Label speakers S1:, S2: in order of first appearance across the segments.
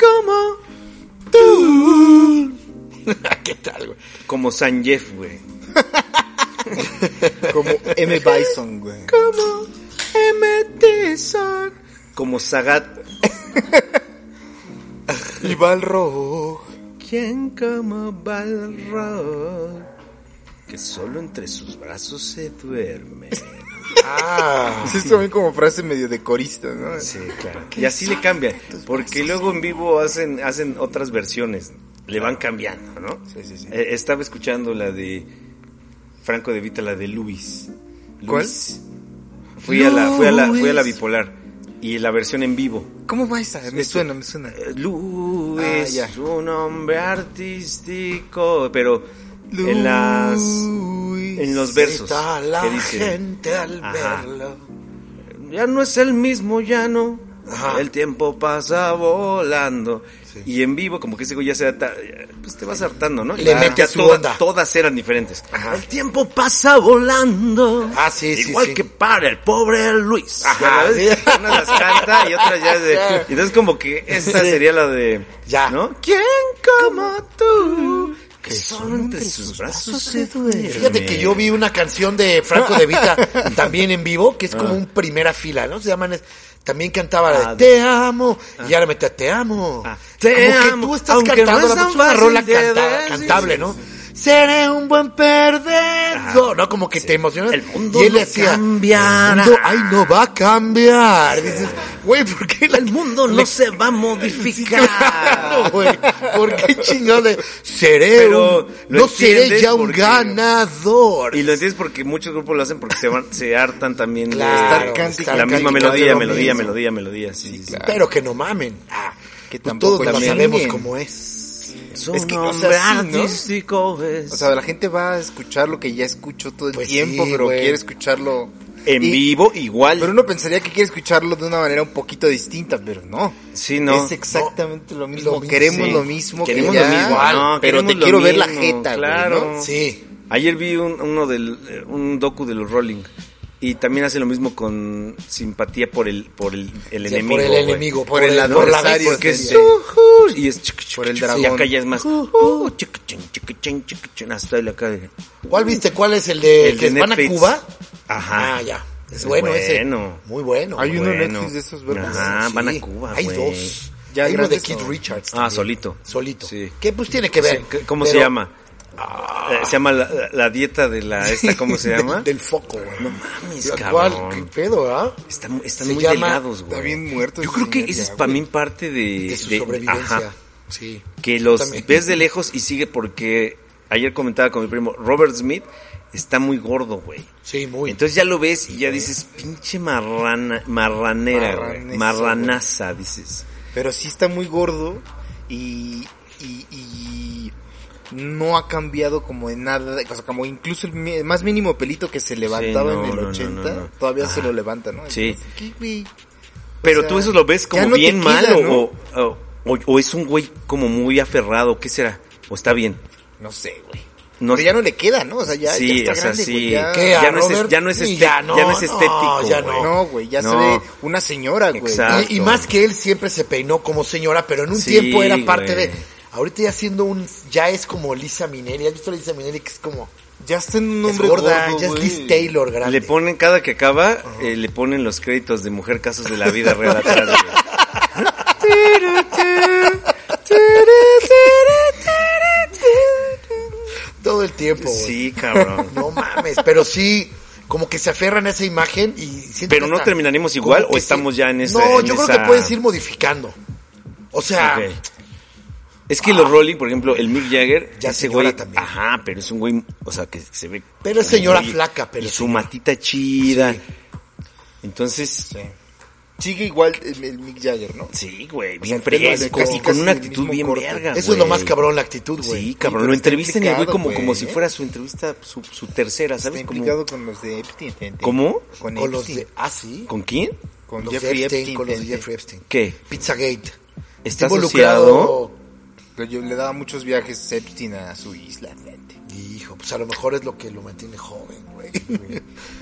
S1: como tú.
S2: ¿Qué tal, güey?
S3: Como San Jeff, güey.
S2: Como M. Bison, güey.
S1: Como M. son
S3: Como Sagat.
S2: Y Balrog.
S3: ¿Quién como Balrog? Que solo entre sus brazos se duerme.
S2: Ah. Sí, es también como frase medio de corista, ¿no?
S3: Sí, claro. Y así le cambian. Porque luego en vivo hacen, hacen otras versiones. Le van cambiando, ¿no?
S2: Sí, sí, sí.
S3: Eh, estaba escuchando la de Franco de Vita, la de Luis.
S2: ¿Cuál?
S3: Luis. Fui, a la, fui, a la, fui a la bipolar. Y la versión en vivo.
S2: ¿Cómo va esa? Me suena, me suena.
S3: Eh, Lu
S2: Ah,
S3: es
S2: ya.
S3: un hombre artístico, pero en las en los versos
S2: Está la
S3: que dicen,
S2: gente al
S3: Ajá.
S2: verlo.
S3: ya no es el mismo ya no.
S2: Ajá.
S3: El tiempo pasa volando.
S2: Sí.
S3: Y en vivo, como que ese güey ya se ata- pues te vas hartando, ¿no?
S2: Le
S3: Ya-
S2: mete
S3: ya
S2: a su onda.
S3: Todas eran diferentes.
S2: Ajá.
S3: El tiempo pasa volando.
S2: Ah, sí, sí,
S3: Igual
S2: sí.
S3: que para el pobre Luis.
S2: Ajá,
S3: Ya ves,
S2: sí.
S3: Una las canta y otra ya de.
S2: Ya.
S3: y Entonces, como que esta
S2: Sí.
S3: sería la de.
S2: Ya.
S3: ¿No? ¿Quién como tú? Que solo entre sus brazos se duerme.
S4: Fíjate que yo vi una canción de Franco De Vita también en vivo, que es como un primera fila, ¿no? Se llaman, es- también cantaba la de
S3: Ah,
S4: Te amo, y ahora mete a Te amo.
S3: Ah,
S4: como
S3: te
S4: que
S3: amo,
S4: tú estás
S3: aunque
S4: cantando
S3: no es
S4: la
S3: tan
S4: es una
S3: fácil
S4: rola
S3: de
S4: cantada-
S3: ver, sí,
S4: cantable,
S3: sí,
S4: ¿no? Seré un buen perdedor, ¿no? Como que te emocionas.
S3: El mundo
S4: y él
S3: no
S4: decía,
S3: cambiará.
S4: "El mundo, ay, no va a cambiar. Dices, güey, ¿por qué la
S3: El mundo no se va a modificar.
S4: Claro, güey. ¿Por qué chingados de- Seré
S3: Pero
S4: un-
S3: lo
S4: No seré
S3: entiendes
S4: ya un
S3: porque-
S4: ganador.
S3: Y lo entiendes porque muchos grupos lo hacen porque se, van, se hartan también de
S4: Claro,
S3: estar
S4: estar
S3: cante-
S4: cante-
S3: la misma
S4: cante-
S3: melodía,
S4: cante lo
S3: melodía,
S4: mismo.
S3: melodía, melodía. Sí, sí, sí.
S4: Pero que no mamen. Ah,
S2: que
S4: pues
S2: tampoco
S4: todos la
S2: también.
S4: sabemos cómo es.
S3: Es un
S2: Es que, o sea,
S3: hombre
S2: sí, ¿no?
S3: artístico es.
S2: O sea, la gente va a escuchar lo que ya escuchó todo el
S4: Pues
S2: tiempo,
S4: sí,
S2: pero
S4: güey.
S2: quiere escucharlo.
S3: en
S2: y-
S3: vivo igual.
S2: Pero uno pensaría que quiere escucharlo de una manera un poquito distinta, pero no.
S3: Sí, no.
S2: Es exactamente lo mismo.
S4: Lo mismo,
S2: queremos
S3: sí.
S2: lo mismo.
S3: Queremos
S2: que
S3: lo
S2: ya,
S3: mismo,
S2: igual,
S3: no,
S2: pero te
S3: queremos lo
S2: quiero ver la
S3: mismo,
S2: jeta,
S3: claro.
S2: güey, ¿no?
S4: Sí.
S3: Ayer vi un, uno del, eh, un docu de los Rolling y también hace lo mismo con simpatía por el por el, el
S4: Sí,
S3: enemigo.
S4: por el
S3: güey.
S4: enemigo, pues, por,
S2: Por
S4: el
S2: el
S4: por la
S2: adversario,
S4: bestia.
S3: Porque es
S2: Sí.
S3: ujú, y es
S2: Por el
S3: Y
S2: dragón.
S3: acá ya es más uh, chiquichín, chiquichín, chiquichín, hasta el acá. de-
S4: ¿Cuál viste? ¿Cuál es el de
S3: El
S4: que
S3: de
S4: van a
S3: Netflix.
S4: Cuba?
S3: Ajá.
S4: Ah, ya. Es
S3: Es
S4: bueno, ese.
S3: bueno.
S4: Muy bueno.
S2: Hay
S4: güey.
S2: uno en Netflix de esos verdes.
S3: Ajá,
S4: Sí.
S3: van a Cuba,
S4: Hay
S3: güey.
S4: dos.
S2: Ya
S4: Hay uno de
S2: grandes
S4: Keith
S2: o-
S4: Richards.
S3: Ah,
S4: también.
S3: solito.
S4: Solito.
S3: Sí.
S4: Que pues tiene que ver.
S3: Sí, ¿Cómo se
S4: pero- Ah.
S3: llama? Eh, se llama la, la dieta de la esta, ¿cómo se
S4: Del-
S3: llama?
S4: Del, foco, güey.
S3: No mames,
S4: ¿Cuál? ¿Qué
S3: cabrón.
S4: pedo, ah?
S3: Están, están
S4: Se
S3: muy
S4: llama-
S3: delgados, güey.
S2: Está bien muerto.
S3: Yo
S2: ese
S3: creo que
S2: señor
S3: esa es
S2: ya,
S3: para
S2: güey.
S3: mí parte de...
S4: De su
S3: de-
S4: sobrevivencia.
S3: ajá.
S4: Sí.
S3: que los
S4: También.
S3: ves de lejos y sigue porque... Ayer comentaba con mi primo, Robert Smith está muy gordo, güey.
S4: Sí, muy.
S3: Entonces ya lo ves y ya dices, pinche marrana, marranera, güey.
S2: Marraneso,
S3: Marranaza, dices.
S2: Pero sí está muy gordo y, y, y no ha cambiado como en nada. O sea, como incluso el mi- más mínimo pelito que se levantaba
S3: no,
S2: en el
S3: no, no,
S2: 80,
S3: no, no.
S2: todavía
S3: Ajá.
S2: se lo levanta, ¿no?
S3: Sí.
S2: Entonces, ¿qué, güey?
S3: Pero
S2: O sea,
S3: tú eso lo ves como
S2: ya no te
S3: bien
S2: queda,
S3: malo
S2: ¿no?
S3: o, o- o es un güey como muy aferrado, ¿qué será? ¿O está bien?
S2: No sé, güey.
S3: No
S2: Pero ya no le queda, ¿no? O sea, ya,
S3: Sí,
S2: ya está
S3: o sea,
S2: grande,
S3: sí.
S2: güey, ya-
S4: ¿Qué?
S3: ya,
S4: ¿A
S3: no es, es-
S4: Robert?
S3: ya no es
S4: Sí,
S3: este-
S4: ya no,
S3: ya no es
S4: no,
S3: estético,
S4: ya
S3: güey.
S4: no.
S2: No, güey, ya se
S3: No.
S2: ve una señora, güey.
S3: Exacto.
S4: Eh, Y, y más que él siempre se peinó como señora, pero en un
S3: Sí,
S4: tiempo era parte
S3: güey.
S4: de. Ahorita ya siendo un. Ya es como Lisa Minelli. ¿Has visto a Lisa Minelli? Que es como.
S2: Ya está en un
S4: Es
S2: hombre
S4: gorda,
S2: gordo,
S4: ya es
S2: güey.
S4: Liz Taylor grande.
S3: Le ponen, cada que acaba, eh, le ponen los créditos de Mujer Casos de la Vida Real atrás, güey.
S4: Todo el tiempo, güey.
S3: Sí, cabrón.
S4: No mames, pero sí. Como que se aferran a esa imagen y siento
S3: Pero
S4: que
S3: no
S4: hasta-
S3: terminaremos igual,
S4: como
S3: ¿o
S4: que
S3: estamos ya en esa-
S4: No,
S3: en
S4: yo creo
S3: esa-
S4: que puedes ir modificando. O sea,
S3: Ok. Es que los Rolling, por ejemplo, el Mick Jagger,
S4: Ah. Ya
S3: ese
S4: señora
S3: güey,
S4: también.
S3: ajá, pero es un güey, o sea, que se ve.
S4: Pero es
S3: como
S4: señora
S3: muy-
S4: flaca, pero
S3: Y su
S4: señora.
S3: matita chida. Entonces,
S2: Sigue igual el, el Mick Jagger, ¿no?
S3: sí, güey, bien
S2: te lo hace
S3: fresco
S2: casi,
S3: y con
S2: casi
S3: una
S2: el
S3: actitud
S2: mismo
S3: bien
S2: corte.
S3: verga,
S4: eso es lo más
S3: güey.
S4: cabrón, la actitud, güey.
S3: Sí,
S2: Sí,
S3: cabrón,
S2: pero
S3: lo
S2: está
S3: entrevistan y el güey
S2: implicado,
S3: como, como
S2: güey,
S3: si
S2: ¿eh?
S3: fuera su entrevista, su, su tercera,
S2: Está
S3: ¿sabes? Como-
S2: implicado con los de Epstein. gente.
S3: ¿Cómo?
S2: Con,
S4: Con los
S2: Epstein.
S4: de. Ah, sí.
S3: ¿Con quién?
S2: Con
S4: los de
S2: Jeffrey
S4: Epstein,
S2: Epstein.
S4: con los de
S2: gente.
S4: Jeffrey Epstein.
S3: ¿Qué?
S4: Pizzagate.
S3: ¿Está asociado?
S4: involucrado.
S2: Pero yo le daba muchos viajes Epstein a su isla, gente.
S4: Hijo, pues a lo mejor es lo que lo mantiene joven, güey.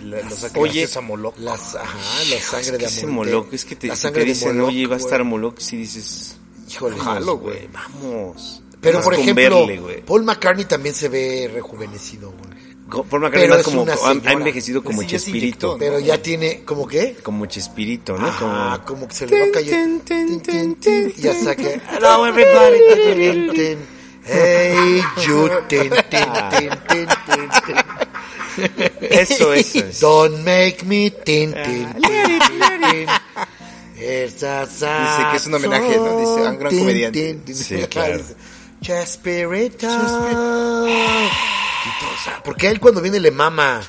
S2: La- Los
S3: Oye,
S2: sacrificios a Moloch.
S4: Las, ajá, la sangre
S3: Es que
S4: de
S3: ese
S4: Amolec.
S3: Moloch, es que te,
S4: la
S3: si
S4: sangre
S3: te
S4: de
S3: dicen,
S4: Moloch,
S3: oye, va a
S4: güey.
S3: estar Moloch, si dices, "Pues,
S4: Híjole.
S2: Jalo,
S3: güey.
S2: güey.
S3: Vamos.
S4: Pero
S3: Vas
S4: por
S3: con
S4: ejemplo,
S3: Verle, güey.
S4: Paul McCartney también se ve rejuvenecido, güey.
S3: Go- Paul McCartney
S4: pero
S3: más
S4: es
S3: como,
S4: una
S3: ha- ha
S4: señora.
S3: envejecido como
S2: Pues sí, ya se
S3: Chespirito.
S2: inyectó,
S4: Pero ya tiene, ¿como qué?
S3: Como Chespirito, ¿no?
S4: Ah,
S3: Como-
S4: como que se le va a caer.
S1: Tin, tin, tin, tin,
S4: Y ya
S1: tin,
S4: saque. Hello everybody. tin, tin, tin. Hey you. tin, tin, tin, tin, tin, tin.
S3: Eso, eso es.
S4: Don't make me tin
S3: Ah.
S4: tin. Dice
S2: Dice que es un homenaje, ¿no? Dice a un gran comediante.
S3: Sí, claro.
S4: Chespirito. Y todo, o sea, Porque a él cuando viene le mama.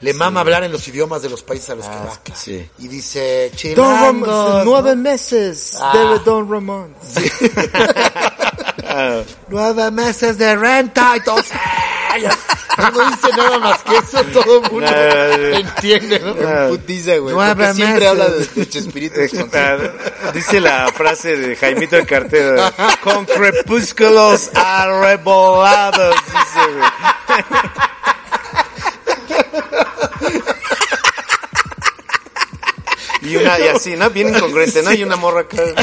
S4: Le mama hablar en los idiomas de los países a los
S3: Ah,
S4: que va.
S3: sí.
S4: Y dice,
S2: Don
S4: chilangos.
S2: Ramón, nueve
S4: ¿no?
S2: meses
S4: Ah.
S2: de Don Ramón.
S4: Nueve meses de renta. Y todos, "Ay, ya". no dice nada más que eso, todo el mundo entiende, ¿no? eh.
S2: Putiza, güey.
S4: Nueve
S2: Porque siempre
S4: meses.
S2: habla de, de Chespirito.
S3: Ah, Dice la frase de Jaimito de Cartera. Con crepúsculos arrebolados. Dice, güey. Y una, y así, ¿no? Bien incongruente, ¿no? Y una morra acá. Es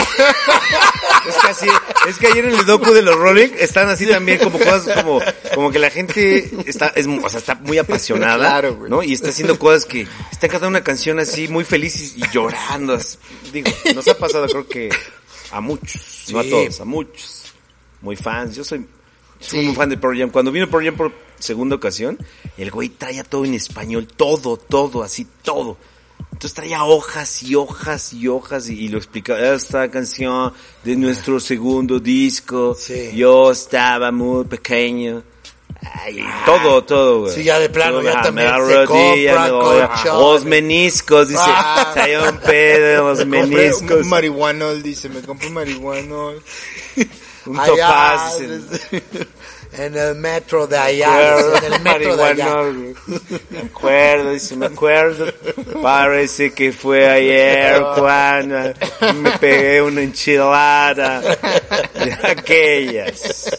S3: que así, es que ayer en el docu de los Rolling están así también como cosas como, como que la gente está, es, mu- o sea, está muy apasionada,
S2: Claro, güey.
S3: ¿no? Y está haciendo cosas que, está cantando una canción así muy feliz y, y llorando. así. Digo, nos ha pasado creo que a muchos, no a
S4: Sí.
S3: todos, a muchos. Muy fans, yo soy, soy muy fan de Pearl Jam. Cuando vino Pearl Jam por segunda ocasión, el güey traía todo en español, todo, todo, así, todo. Entonces traía hojas y hojas y hojas y, y lo explicaba. Esta canción de nuestro segundo disco,
S4: Sí.
S3: yo estaba muy pequeño. Ay, todo, todo, güey.
S4: Ah. Sí, ya de plano, ya
S3: Ah,
S4: también
S3: me
S4: se
S3: arrodilla,
S4: compra
S3: me voy a-
S4: colchones.
S3: Los meniscos, dice.
S4: Ah.
S3: Traía un pedo, los
S2: Me compré
S3: meniscos.
S2: un marihuanol, dice. Me compré un marihuanol.
S3: Un
S4: Allá,
S3: topaz, dice.
S4: En el metro de allá. En el metro de allá.
S3: Marihuana, güey. Me acuerdo, dice, me acuerdo. Parece que fue ayer cuando me pegué una enchilada de aquellas.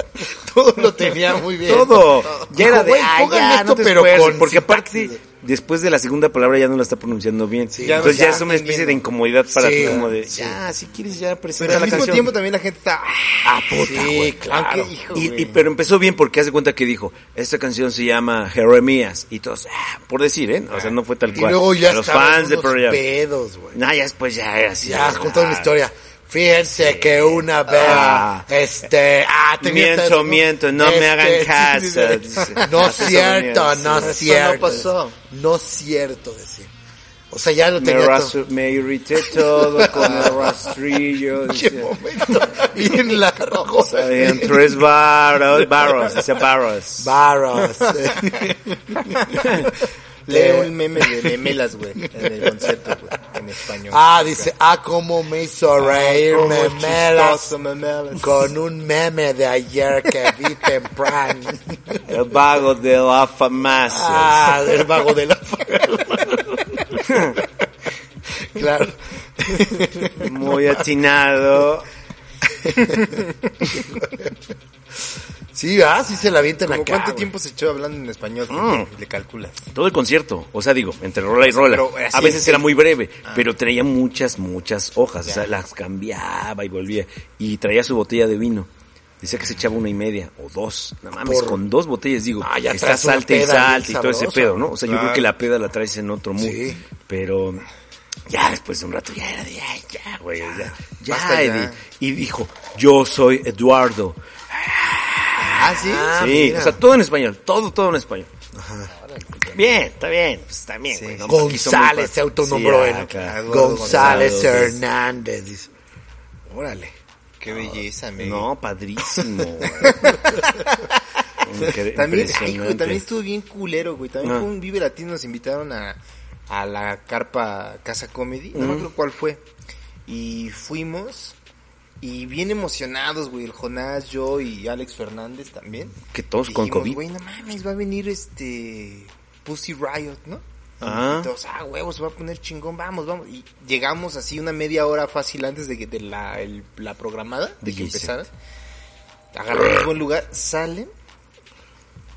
S4: Todo lo tenía muy bien.
S3: Todo. Ya era
S4: Dijo,
S3: de,
S4: güey,
S3: "Ay,
S4: pongan
S3: ya,
S4: esto,
S3: no te
S4: pero
S3: esfuerces",
S4: con
S3: Porque
S4: sintaxis.
S3: aparte, después de la segunda palabra ya no la está pronunciando bien.
S2: ya
S3: Entonces
S2: no
S3: ya,
S2: está
S3: es una especie de
S2: entendiendo.
S3: incomodidad para
S4: Sí,
S3: ti, como de,
S4: sí.
S3: ya, si quieres ya presenta
S2: Pero al
S3: la
S2: mismo
S3: canción.
S2: tiempo también la gente está...
S3: Ah, puta,
S4: Sí,
S3: güey.
S4: claro.
S2: Aunque, hijo,
S3: Y- y-
S2: güey.
S3: pero empezó bien porque hace cuenta que dijo, esta canción se llama Jeremías. Y todos, ah, por decir, ¿eh? O sea, no fue tal
S4: Y
S3: cual.
S4: luego ya
S3: A los
S4: estaban
S3: fans de
S4: unos
S3: Pearl Jam.
S4: pedos, güey.
S3: No, ya después ya era así.
S4: Ya has
S3: ah,
S4: contado una historia. Fíjense que una vez,
S3: Ah.
S4: este, ah, tenía
S3: Miento,
S4: esta-
S3: miento, no me hagan caso, dice.
S4: este, No es
S3: Así
S4: cierto,
S3: son
S4: no
S2: Eso
S4: es cierto.
S2: no pasó.
S4: No es cierto, decía. O sea, ya lo
S3: Me,
S4: tenía todo.
S3: rasu- me irrité todo con el rastrillo.
S4: Qué
S3: dice.
S4: momento bien largo.
S3: Habían tres barros, barros, dice barros.
S4: Barros.
S2: Lee
S4: Eh.
S2: un meme de memelas, güey. En el concierto, güey. En español.
S4: ah, dice, ah, cómo me hizo reír
S2: Como
S4: memelas
S2: chistoso, memelas.
S4: con un meme de ayer que vi temprano.
S3: El vago de la farmacia.
S4: Ah, el vago de la Claro.
S3: Muy atinado.
S4: Sí, ah, sí se la avientan
S2: Como
S4: acá.
S2: ¿Cuánto
S4: güey.
S2: tiempo se echó hablando en español?
S3: Mm.
S2: Le calculas.
S3: Todo el concierto, o sea, digo, entre rola y rola.
S2: Pero, eh,
S3: a
S2: sí,
S3: veces
S2: sí.
S3: era muy breve,
S4: Ah.
S3: pero traía muchas, muchas hojas, o sea, las cambiaba y volvía. Y traía su botella de vino. Dice que se echaba una y media o dos, no mames,
S4: Por-
S3: con dos botellas, digo,
S4: Ah, ya
S3: está
S4: traes una
S3: salte y
S4: peda bien
S3: salte y todo ese
S4: sabrosa,
S3: pedo, ¿no? O sea, yo
S2: claro.
S3: creo que la peda la traes en otro mood.
S4: Sí.
S3: Pero ya después de un rato ya era de, ay, ya, güey, ya, ya,
S2: basta ya.
S3: Eddie. Y dijo, yo soy Eduardo.
S2: Ah, sí.
S4: Ah,
S3: sí,
S4: mira.
S3: o sea, todo en español, todo, todo en español. Bien, está bien, pues está bien. güey, no, porque son muy
S4: González
S3: fa-
S4: se autonombró
S3: Sí,
S4: él.
S3: ah, claro.
S4: González
S3: González.
S4: Hernández. dice. Órale.
S2: Qué belleza, amigo.
S3: No, padrísimo. güey. Incre-
S2: También, ay,
S3: impresionante.
S2: güey, también estuvo bien culero, güey. También
S3: Ah.
S2: fue un Vive Latino, nos invitaron a, a la carpa Casa Comedy, no me acuerdo cuál fue. Y fuimos, y bien emocionados, güey, el Jonás, yo y Alex Fernández también.
S3: Que todos con
S2: Dijimos,
S3: COVID.
S2: Güey, no mames, va a venir este Pussy Riot, ¿no?
S3: Ah.
S2: Y todos, ah, huevos, se va a poner chingón, vamos, vamos. Y llegamos así una media hora fácil antes de que de la, el- la programada, de que
S3: Dijiste.
S2: empezara. Agarramos buen lugar, salen.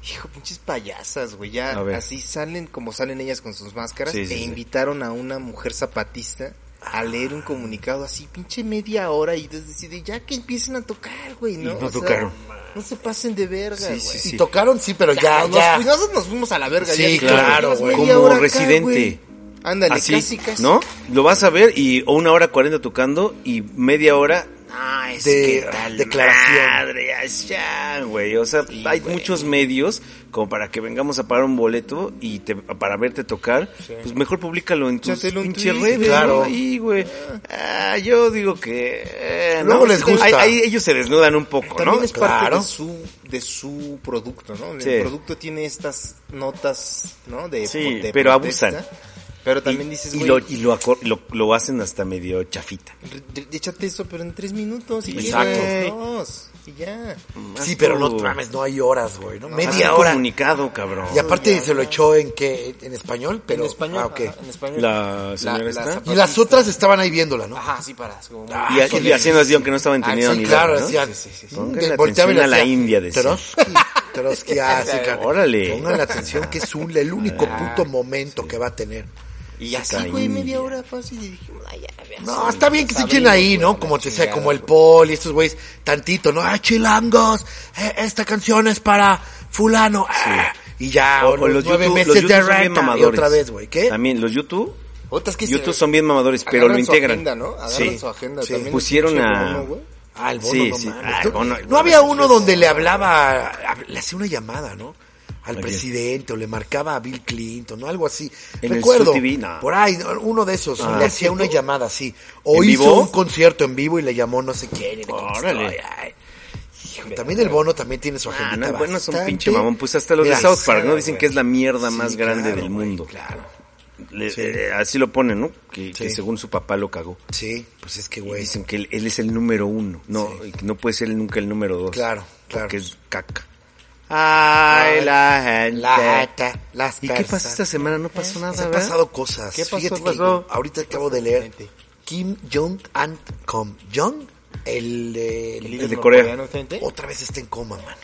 S2: Hijo, pinches payasas, güey. Ya
S3: A ver.
S2: así salen como salen ellas con sus máscaras.
S3: Sí, sí,
S2: e
S3: sí.
S2: invitaron a una mujer zapatista a leer un comunicado así, pinche media hora y decide ya que empiecen a tocar, güey, ¿no?
S3: Y no tocaron.
S2: no se pasen de verga, güey.
S3: sí,
S4: Y
S3: sí.
S4: tocaron, sí, pero ya,
S2: Nos,
S4: ya.
S2: fuimos- nosotros nos fuimos a la verga.
S4: Sí,
S2: ya dijimos,
S4: claro,
S2: "Llevas
S4: güey.
S2: media
S3: Como
S2: hora acá,
S3: Residente.
S2: güey". Ándale,
S3: Así,
S2: casi, casi.
S3: Ah, ¿no? Lo vas a ver y o una hora cuarenta tocando y media hora. Ah, es
S4: De-
S3: que tal
S4: declaración.
S3: madre, ay, ya, güey. O sea, hay muchos medios como para que vengamos a pagar un boleto y te, para verte tocar. Pues mejor públicalo en tus
S2: Échatelo en
S3: pinche
S2: Twitter,
S3: redes,
S4: claro.
S3: ¿no? Ahí, güey. Ah, yo digo que... eh, no,
S4: Luego les
S3: sí,
S4: gusta.
S3: Ahí, ahí ellos se desnudan un poco, Pues
S2: También
S3: ¿no?
S2: es parte
S4: Claro.
S2: de su de su producto, ¿no?
S3: Sí.
S2: El producto tiene estas notas, ¿no? De,
S3: Sí,
S2: de
S3: pero
S2: protesta,
S3: abusan.
S2: Pero también dices,
S3: y,
S2: güey,
S3: lo, y lo acor- lo- lo hacen hasta medio chafita.
S2: re- échate eso, pero en tres minutos y
S3: Exacto.
S2: quieres dos, y ya.
S4: Sí, pero no
S3: Tú.
S4: mames, no hay horas, güey, ¿no?
S3: Haz
S4: Media
S3: un
S4: hora.
S3: comunicado, cabrón.
S4: Y aparte se lo echó en qué, en español, pero.
S2: en español,
S4: Ah, ok.
S2: ajá, en español.
S3: La señora está.
S4: Y las otras estaban ahí viéndola,
S3: Ah,
S4: ¿no?
S2: Ajá, sí paras, como muy-
S3: Y, y haciendo así, aunque no estaba entendiendo
S4: Ah, sí,
S3: ni
S4: claro,
S3: verga, ¿no?
S4: decían.
S2: Sí, sí, sí.
S3: Pongan la
S4: volteaba y
S3: atención
S4: le
S3: a la
S4: hacía,
S3: India, decía.
S4: Trotsky, Trotsky, ah, sí, claro.
S3: Órale. Ah,
S4: Pongan la atención que es un, el único puto momento que va a tener.
S2: Y así,
S3: caí,
S2: güey, media
S3: ya.
S2: hora fácil y dijimos, ay, ya, a ver,
S4: No,
S2: sí,
S4: está bien que se echen
S2: abrimos,
S4: ahí,
S2: güey,
S4: ¿no?
S2: la
S4: Como te sea,
S2: chingada,
S4: como el
S2: güey.
S4: Paul y estos güeyes, tantito, ¿no? Ah, chilangos, eh, esta canción es para fulano. ah, y ya,
S3: O,
S4: o,
S3: o los
S4: los nueve
S3: YouTube, los
S4: meses de
S3: YouTube son bien
S4: renta, y
S3: mamadores.
S4: otra vez, güey, ¿qué?
S3: También, los YouTube
S2: Otras que
S3: YouTube
S2: se-
S3: son bien mamadores, pero
S2: agarran
S3: lo
S2: su
S3: integran.
S2: agenda, ¿no? Agarran
S4: Sí,
S2: su agenda
S4: sí.
S2: también.
S3: Pusieron
S2: Pinche
S3: a-
S2: bono, güey.
S4: Ah, el bono,
S3: Sí,
S4: no
S3: sí.
S4: mames.
S3: Ah, el
S4: No-
S3: bono, el
S4: no
S3: bono
S4: había
S3: es
S4: uno donde le hablaba, hab- le hacía una llamada, ¿no? Al
S3: Ok.
S4: presidente o le marcaba a Bill Clinton, ¿no? Algo así.
S3: En el Sur
S4: Recuerdo,
S3: TV, no.
S4: por ahí, uno de esos,
S3: Ah.
S4: le hacía una llamada así. O
S3: ¿En
S4: hizo
S3: vivo?
S4: un concierto en vivo y le llamó no sé quién. y le contestó,
S3: Órale.
S4: ay, ay. Hijo, también el bono también tiene su
S3: Ah,
S4: agenda.
S3: no, bueno, es un
S4: bastante-
S3: pinche mamón. Pues hasta los de
S4: Mira,
S3: South Park, ¿no?
S2: claro,
S3: Dicen
S2: güey.
S3: que es la mierda
S4: sí,
S3: más grande
S4: claro,
S3: del
S4: güey,
S3: mundo.
S4: Claro.
S3: Le- eh, así lo ponen, ¿no? Que, que
S4: Sí.
S3: según su papá lo cagó.
S4: Sí, pues es que,
S3: Y
S4: güey.
S3: dicen que él, él es el número uno. No, y que no puede ser nunca el número dos.
S4: Claro, claro.
S3: Porque es caca. Ay, la gente.
S4: La gata, las
S3: ¿Y qué pasó
S4: persas.
S3: esta semana? No pasó nada,
S4: Se han
S3: ¿verdad?
S4: pasado cosas.
S3: ¿Qué pasó?
S4: Fíjate
S3: ¿Qué
S4: que
S3: pasó?
S4: ahorita acabo de leer Kim Jong Un Com Jong, el, de-
S2: El
S4: el-
S2: líder
S3: de Corea.
S2: norcoreano, gente.
S4: otra vez está en coma, mano.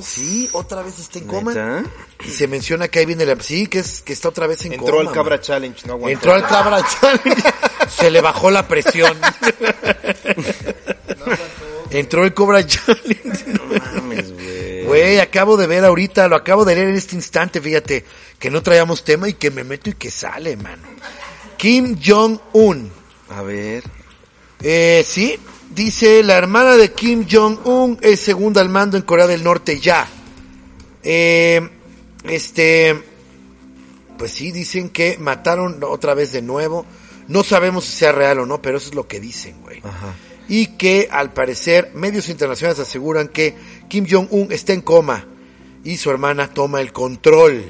S4: Sí, otra vez está en coma.
S3: ¿Neta?
S4: Y se menciona que ahí viene la sí, que es que está otra vez en
S2: Entró
S4: coma.
S2: al Cabra
S4: mano.
S2: Challenge, no aguantó.
S4: Entró al cabra challenge. se le bajó la presión. Entró el Cobra Challenge.
S3: No mames, güey.
S4: Güey, acabo de ver ahorita, lo acabo de leer en este instante, fíjate, que no traíamos tema y que me meto y que sale, mano. Kim Jong-un.
S3: A ver.
S4: Eh, sí, dice la hermana de Kim Jong-un es segunda al mando en Corea del Norte ya. Eh, este, pues sí, dicen que mataron otra vez de nuevo. No sabemos si sea real o no, pero eso es lo que dicen, güey.
S3: Ajá.
S4: Y que al parecer medios internacionales aseguran que Kim Jong-un está en coma y su hermana toma el control.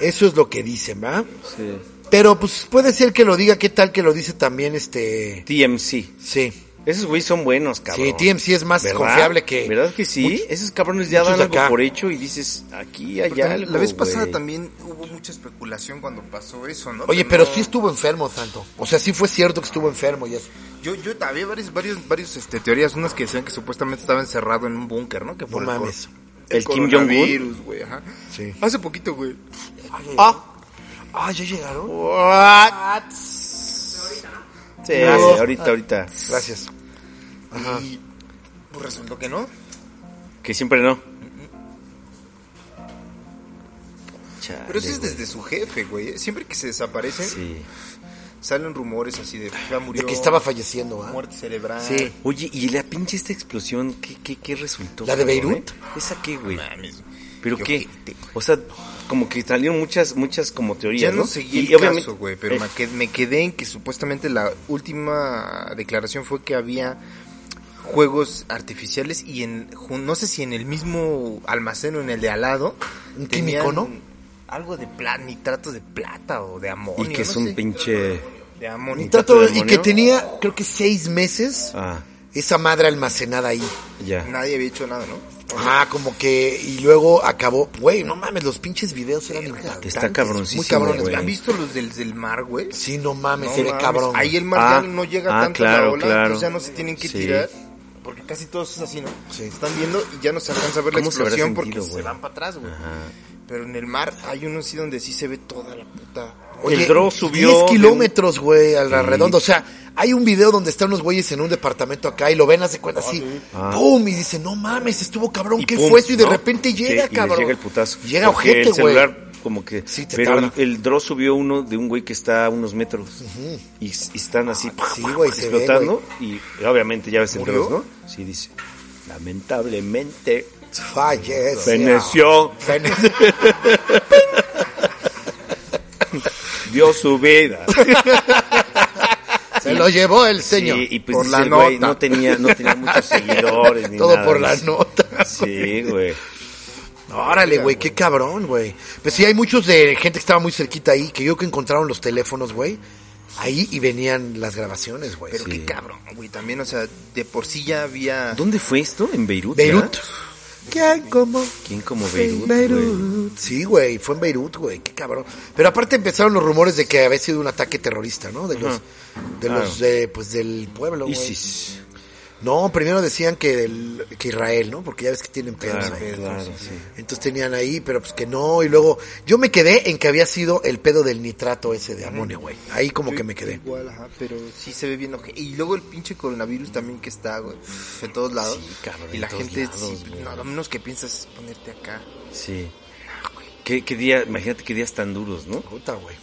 S4: Eso es lo que dicen, ¿va?
S3: Sí.
S4: Pero pues puede ser que lo diga, qué tal que lo dice también este...
S3: TMC.
S4: Sí.
S3: Esos güeyes son buenos, cabrón.
S4: Sí, TMC es más confiable que-
S3: ¿Verdad que sí?
S4: Muchos-
S3: Esos cabrones ya
S4: muchos
S3: dan algo
S4: acá.
S3: por hecho y dices, aquí,
S2: Porque
S3: allá,
S2: la vez pasada también hubo mucha especulación cuando pasó eso, ¿no?
S4: Oye,
S2: Que
S4: pero
S2: no-
S4: sí estuvo enfermo, Santo. O sea, sí fue cierto que estuvo enfermo y eso.
S2: Yo, yo había varias, varias, varias este, teorías, unas que decían que supuestamente estaba encerrado en un búnker, ¿no? Que por
S4: No
S2: el
S4: mames.
S2: cor-
S3: ¿El
S2: el
S3: Kim Jong-un?
S2: coronavirus, güey, ajá.
S4: Sí.
S2: Hace poquito, güey.
S4: Ah, ah, ya llegaron.
S3: Sí,
S4: Gracias.
S3: ahorita, ahorita.
S4: Gracias. Ajá.
S2: Y pues resultó que no.
S3: Que siempre no.
S2: Pero eso es
S3: Chale,
S2: desde su jefe, güey. Siempre que se desaparecen,
S3: güey. Sí.
S2: salen rumores así de ya murió.
S4: De que estaba falleciendo, ¿ah?
S2: Muerte cerebral.
S4: Sí.
S3: Oye, ¿y la pinche esta explosión qué, qué, qué resultó?
S4: ¿La de
S3: cabrón,
S4: Beirut?
S3: eh? ¿Esa qué, güey?
S2: Mames.
S3: ¿Pero
S2: Yo
S3: qué?
S2: te-
S3: O sea, como que salieron muchas, muchas como
S2: Ya
S3: teorías,
S2: no
S3: ¿no?
S2: seguí
S3: Y
S2: el
S3: obviamente-
S2: caso, güey, pero
S3: Eh,
S2: me qued- me quedé en que supuestamente la última declaración fue que había juegos artificiales y en ju- no sé si en el mismo almacén o en el de al lado
S4: Un
S2: tenían
S4: químico, ¿no?
S2: Algo de plata, nitratos de plata o de
S3: Y
S2: amonio,
S3: que es
S2: no
S3: un
S2: sé.
S3: pinche...
S2: de amonio.
S4: Un trato- y
S3: demonio?
S4: que tenía, creo que seis meses,
S3: Ah,
S4: esa madre almacenada ahí.
S3: ya.
S2: Nadie había hecho nada, ¿no?
S4: Ajá, como que, y luego acabó. Güey, no mames, los pinches videos eran impactantes.
S3: Está cabroncísimo,
S4: Muy cabrones,
S3: güey.
S2: ¿Han visto los del, del mar, güey?
S4: Sí, no mames,
S2: No
S4: se ve
S2: mames,
S4: cabrón.
S2: Ahí el mar
S3: Ah,
S2: ya no llega
S3: ah,
S2: tanto
S3: claro,
S2: la ola,
S3: claro.
S2: entonces ya no se tienen que
S3: Sí.
S2: tirar. Porque casi todos es así, ¿no?
S4: Sí.
S2: Están viendo y ya no se alcanza a ver la
S3: ¿Cómo se habrá
S2: explosión
S3: sentido,
S2: porque se
S3: güey?
S2: van para atrás, güey. Pero en el mar hay uno sí donde sí se ve toda la puta
S3: El Dross subió
S4: 10
S3: de un-
S4: kilómetros, güey, a la
S3: Sí.
S4: redonda. O sea, hay un video donde están unos güeyes en un departamento acá y lo ven, hace cuenta así.
S3: Ah.
S4: ¡Pum! Y dicen, no mames, estuvo cabrón,
S3: Y
S4: ¿qué
S3: pum,
S4: fue eso? Y de
S3: ¿no?
S4: repente
S3: Sí,
S4: llega,
S3: y les
S4: cabrón.
S3: Llega el putazo.
S4: Llega
S3: Porque
S4: ojete,
S3: el
S4: güey.
S3: celular como que...
S4: Sí, te
S3: pero
S4: tarda.
S3: el, el Dross subió uno de un güey que está a unos metros. y, s- y están así
S4: Ah, sí, güey, se ve,
S3: explotando. y obviamente ya ves el
S4: ¿Murió?
S3: Dross, ¿no? Sí, dice. Lamentablemente
S4: Falleció.
S3: feneció,
S4: Feneció.
S3: dio su vida.
S4: Se lo llevó el señor.
S3: Sí, y pues
S2: Por
S3: dice
S2: la
S3: el güey,
S2: nota.
S3: no tenía, no tenía muchos seguidores ni
S4: Todo
S3: nada,
S4: por la
S3: dice.
S4: nota.
S3: Sí, güey.
S4: Órale, güey, qué cabrón, güey. Pues sí, hay muchos de gente que estaba muy cerquita ahí, que yo que encontraron los teléfonos, güey. Ahí y venían las grabaciones, güey.
S2: Pero
S3: Sí.
S2: qué cabrón, güey. También, o sea, de por sí ya había.
S3: ¿Dónde fue esto? ¿En Beirut? ya?
S4: Beirut.
S1: ¿Quién como?
S3: ¿Quién como Beirut?
S1: Beirut.
S3: güey?
S4: Sí, güey, fue en Beirut, güey, qué cabrón. Pero aparte empezaron los rumores de que había sido un ataque terrorista, ¿no? De los, de
S3: Claro.
S4: los, eh, pues del pueblo, güey.
S3: ISIS.
S4: No, primero decían que, el- que Israel, ¿no? Porque ya ves que tienen pedos
S3: Claro,
S4: ahí.
S3: claro,
S4: entonces,
S3: sí.
S4: Entonces tenían ahí, pero pues que no. Y luego yo me quedé en que había sido el pedo del nitrato ese de amonio, güey. Ahí como que me quedé.
S2: Igual, ajá, pero sí se ve bien oje- Y luego el pinche coronavirus también que está, güey, en todos lados.
S3: Sí, cabrón,
S2: y
S3: en
S2: la
S3: todos
S2: gente,
S3: lados,
S2: sí,
S3: güey.
S2: no, lo menos que piensas es ponerte acá.
S3: Sí. ¿Qué, qué día, imagínate qué días tan duros, ¿no?
S4: Puta, güey.